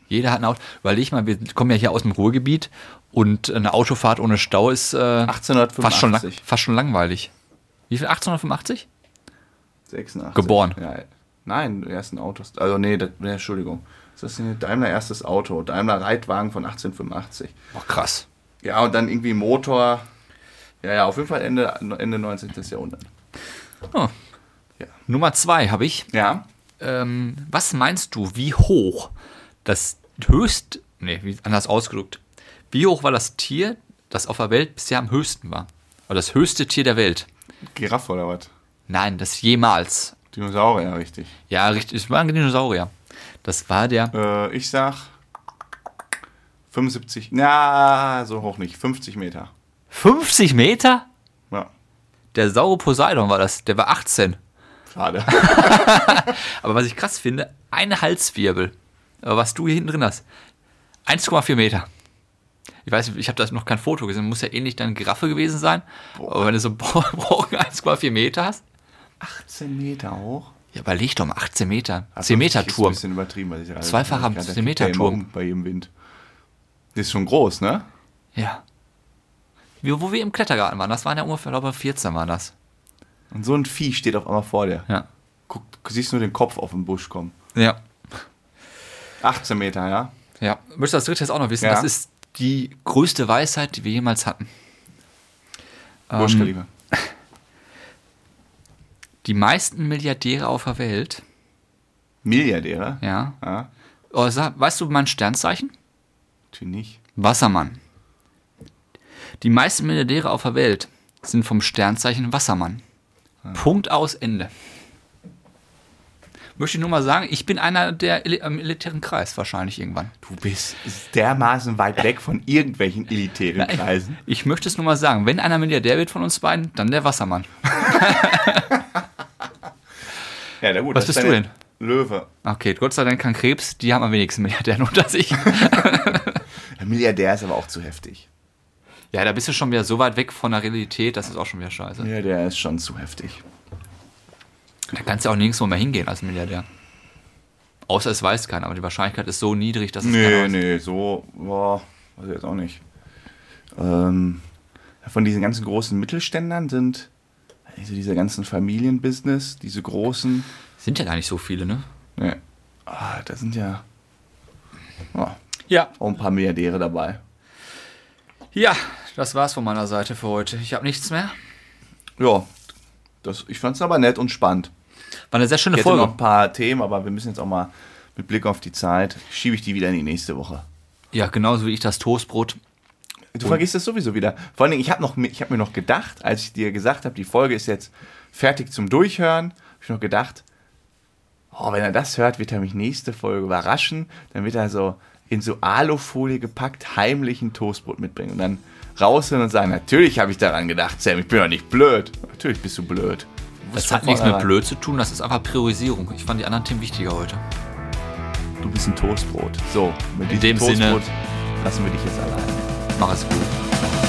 Speaker 2: Jeder hat ein Auto. Weil ich mal, wir kommen ja hier aus dem Ruhrgebiet und eine Autofahrt ohne Stau ist äh,
Speaker 1: 1885.
Speaker 2: fast, schon lang, fast schon langweilig. Wie viel? 1885?
Speaker 1: 86.
Speaker 2: Geboren.
Speaker 1: Ja. Nein, ersten Autos. Also, nee, das, nee Entschuldigung. Ist das denn Daimler erstes Auto? Daimler Reitwagen von 1885.
Speaker 2: Boah, krass.
Speaker 1: Ja, und dann irgendwie Motor. Ja, ja, auf jeden Fall Ende, Ende 19. Jahrhundert.
Speaker 2: Oh.
Speaker 1: Ja.
Speaker 2: Nummer zwei habe ich.
Speaker 1: Ja.
Speaker 2: Ähm, was meinst du, wie hoch das höchst, nee, wie, anders ausgedrückt, wie hoch war das Tier, das auf der Welt bisher am höchsten war? Oder das höchste Tier der Welt?
Speaker 1: Giraffe oder was?
Speaker 2: Nein, das jemals.
Speaker 1: Dinosaurier, richtig.
Speaker 2: Ja, richtig, es war ein Dinosaurier. Das war der,
Speaker 1: Äh, ich sag 75. Na, so hoch nicht. 50 Meter.
Speaker 2: 50 Meter?
Speaker 1: Ja,
Speaker 2: Der saure Poseidon war das, der war 18.
Speaker 1: schade.
Speaker 2: Aber was ich krass finde, ein Halswirbel, äh, was du hier hinten drin hast, 1,4 Meter. Ich weiß, nicht, ich habe da noch kein Foto gesehen, muss ja ähnlich dann Giraffe gewesen sein. Aber wenn du so einen Brocken 1,4 Meter hast,
Speaker 1: 18 Meter hoch. Also,
Speaker 2: ja, überleg doch mal, 18 Meter, 10 Meter
Speaker 1: Ist ein
Speaker 2: Turm.
Speaker 1: bisschen übertrieben, was ich gerade
Speaker 2: Zweifacher
Speaker 1: gesagt habe. Da
Speaker 2: 10 Meter
Speaker 1: kippt der immer
Speaker 2: Turm.
Speaker 1: um Bei jedem Wind. Das ist schon groß, ne?
Speaker 2: Ja. Wie, wo wir im Klettergarten waren, das waren ja ungefähr, glaube ich, 14 waren das.
Speaker 1: Und so ein Vieh steht auf einmal vor dir.
Speaker 2: Ja.
Speaker 1: guck, siehst nur den Kopf auf den Busch kommen.
Speaker 2: Ja.
Speaker 1: 18 Meter, ja.
Speaker 2: Ja. Möchtest du das dritte jetzt auch noch wissen?
Speaker 1: Ja.
Speaker 2: Das ist die größte Weisheit, die wir jemals hatten.
Speaker 1: Bursch
Speaker 2: Ähm,
Speaker 1: Khalifa.
Speaker 2: die meisten Milliardäre auf der Welt,
Speaker 1: Milliardäre?
Speaker 2: ja.
Speaker 1: Ja,
Speaker 2: Oh, sag- weißt du mein Sternzeichen?
Speaker 1: natürlich nicht.
Speaker 2: Wassermann. Die meisten Milliardäre auf der Welt sind vom Sternzeichen Wassermann.
Speaker 1: Ah.
Speaker 2: Punkt aus Ende. Möchte ich nur mal sagen, ich bin einer der Eli- am elitären Kreis wahrscheinlich irgendwann.
Speaker 1: Du bist dermaßen weit weg von irgendwelchen elitären
Speaker 2: Nein,
Speaker 1: Kreisen.
Speaker 2: Ich möchte es nur mal sagen, wenn einer Milliardär wird von uns beiden, dann der Wassermann.
Speaker 1: Ja, na gut.
Speaker 2: Was
Speaker 1: das
Speaker 2: bist
Speaker 1: ist
Speaker 2: du
Speaker 1: deine- Löwe.
Speaker 2: Okay, Gott sei Dank kein Krebs, die haben am wenigsten Milliardären unter sich.
Speaker 1: Ein Milliardär ist aber auch zu heftig.
Speaker 2: ja, da bist du schon wieder so weit weg von der Realität, das ist auch schon wieder scheiße.
Speaker 1: Milliardär ist schon zu heftig.
Speaker 2: Da kannst du auch nirgendwo mehr hingehen als Milliardär. Außer es weiß keiner, aber die Wahrscheinlichkeit ist so niedrig, dass es keiner
Speaker 1: Nee,
Speaker 2: weiß.
Speaker 1: nee, so, boah, weiß ich jetzt auch nicht. Ähm, von diesen ganzen großen Mittelständern sind, also diese ganzen Familienbusiness, diese großen,
Speaker 2: Sind ja gar nicht so viele, ne?
Speaker 1: ne, ah, da sind ja ah,
Speaker 2: Ja.
Speaker 1: auch ein paar Milliardäre dabei.
Speaker 2: Ja, das war's von meiner Seite für heute. Ich habe nichts mehr.
Speaker 1: Ja, das, ich fand es aber nett und spannend.
Speaker 2: War eine sehr schöne
Speaker 1: Ich hätte noch
Speaker 2: Folge.
Speaker 1: ein paar Themen, aber wir müssen jetzt auch mal mit Blick auf die Zeit, schiebe ich die wieder in die nächste Woche.
Speaker 2: Ja, genauso wie ich das Toastbrot.
Speaker 1: Du vergisst das sowieso wieder. Vor allen Dingen, ich habe hab mir noch gedacht, als ich dir gesagt habe, die Folge ist jetzt fertig zum Durchhören, habe ich noch gedacht, oh, wenn er das hört, wird er mich nächste Folge überraschen. Dann wird er so in so Alufolie gepackt heimlich ein Toastbrot mitbringen und dann raushören und sagen, natürlich habe ich daran gedacht, Sam, ich bin doch nicht blöd. Natürlich bist du blöd. Du bist
Speaker 2: Das hat
Speaker 1: von
Speaker 2: nichts mit
Speaker 1: vornherein-
Speaker 2: blöd zu tun, das ist einfach Priorisierung. Ich fand die anderen Themen wichtiger heute.
Speaker 1: Du bist ein Toastbrot. So, mit
Speaker 2: In
Speaker 1: diesem
Speaker 2: dem Sinne-
Speaker 1: Toastbrot lassen wir dich jetzt allein.
Speaker 2: Mach es gut.
Speaker 1: Ciao.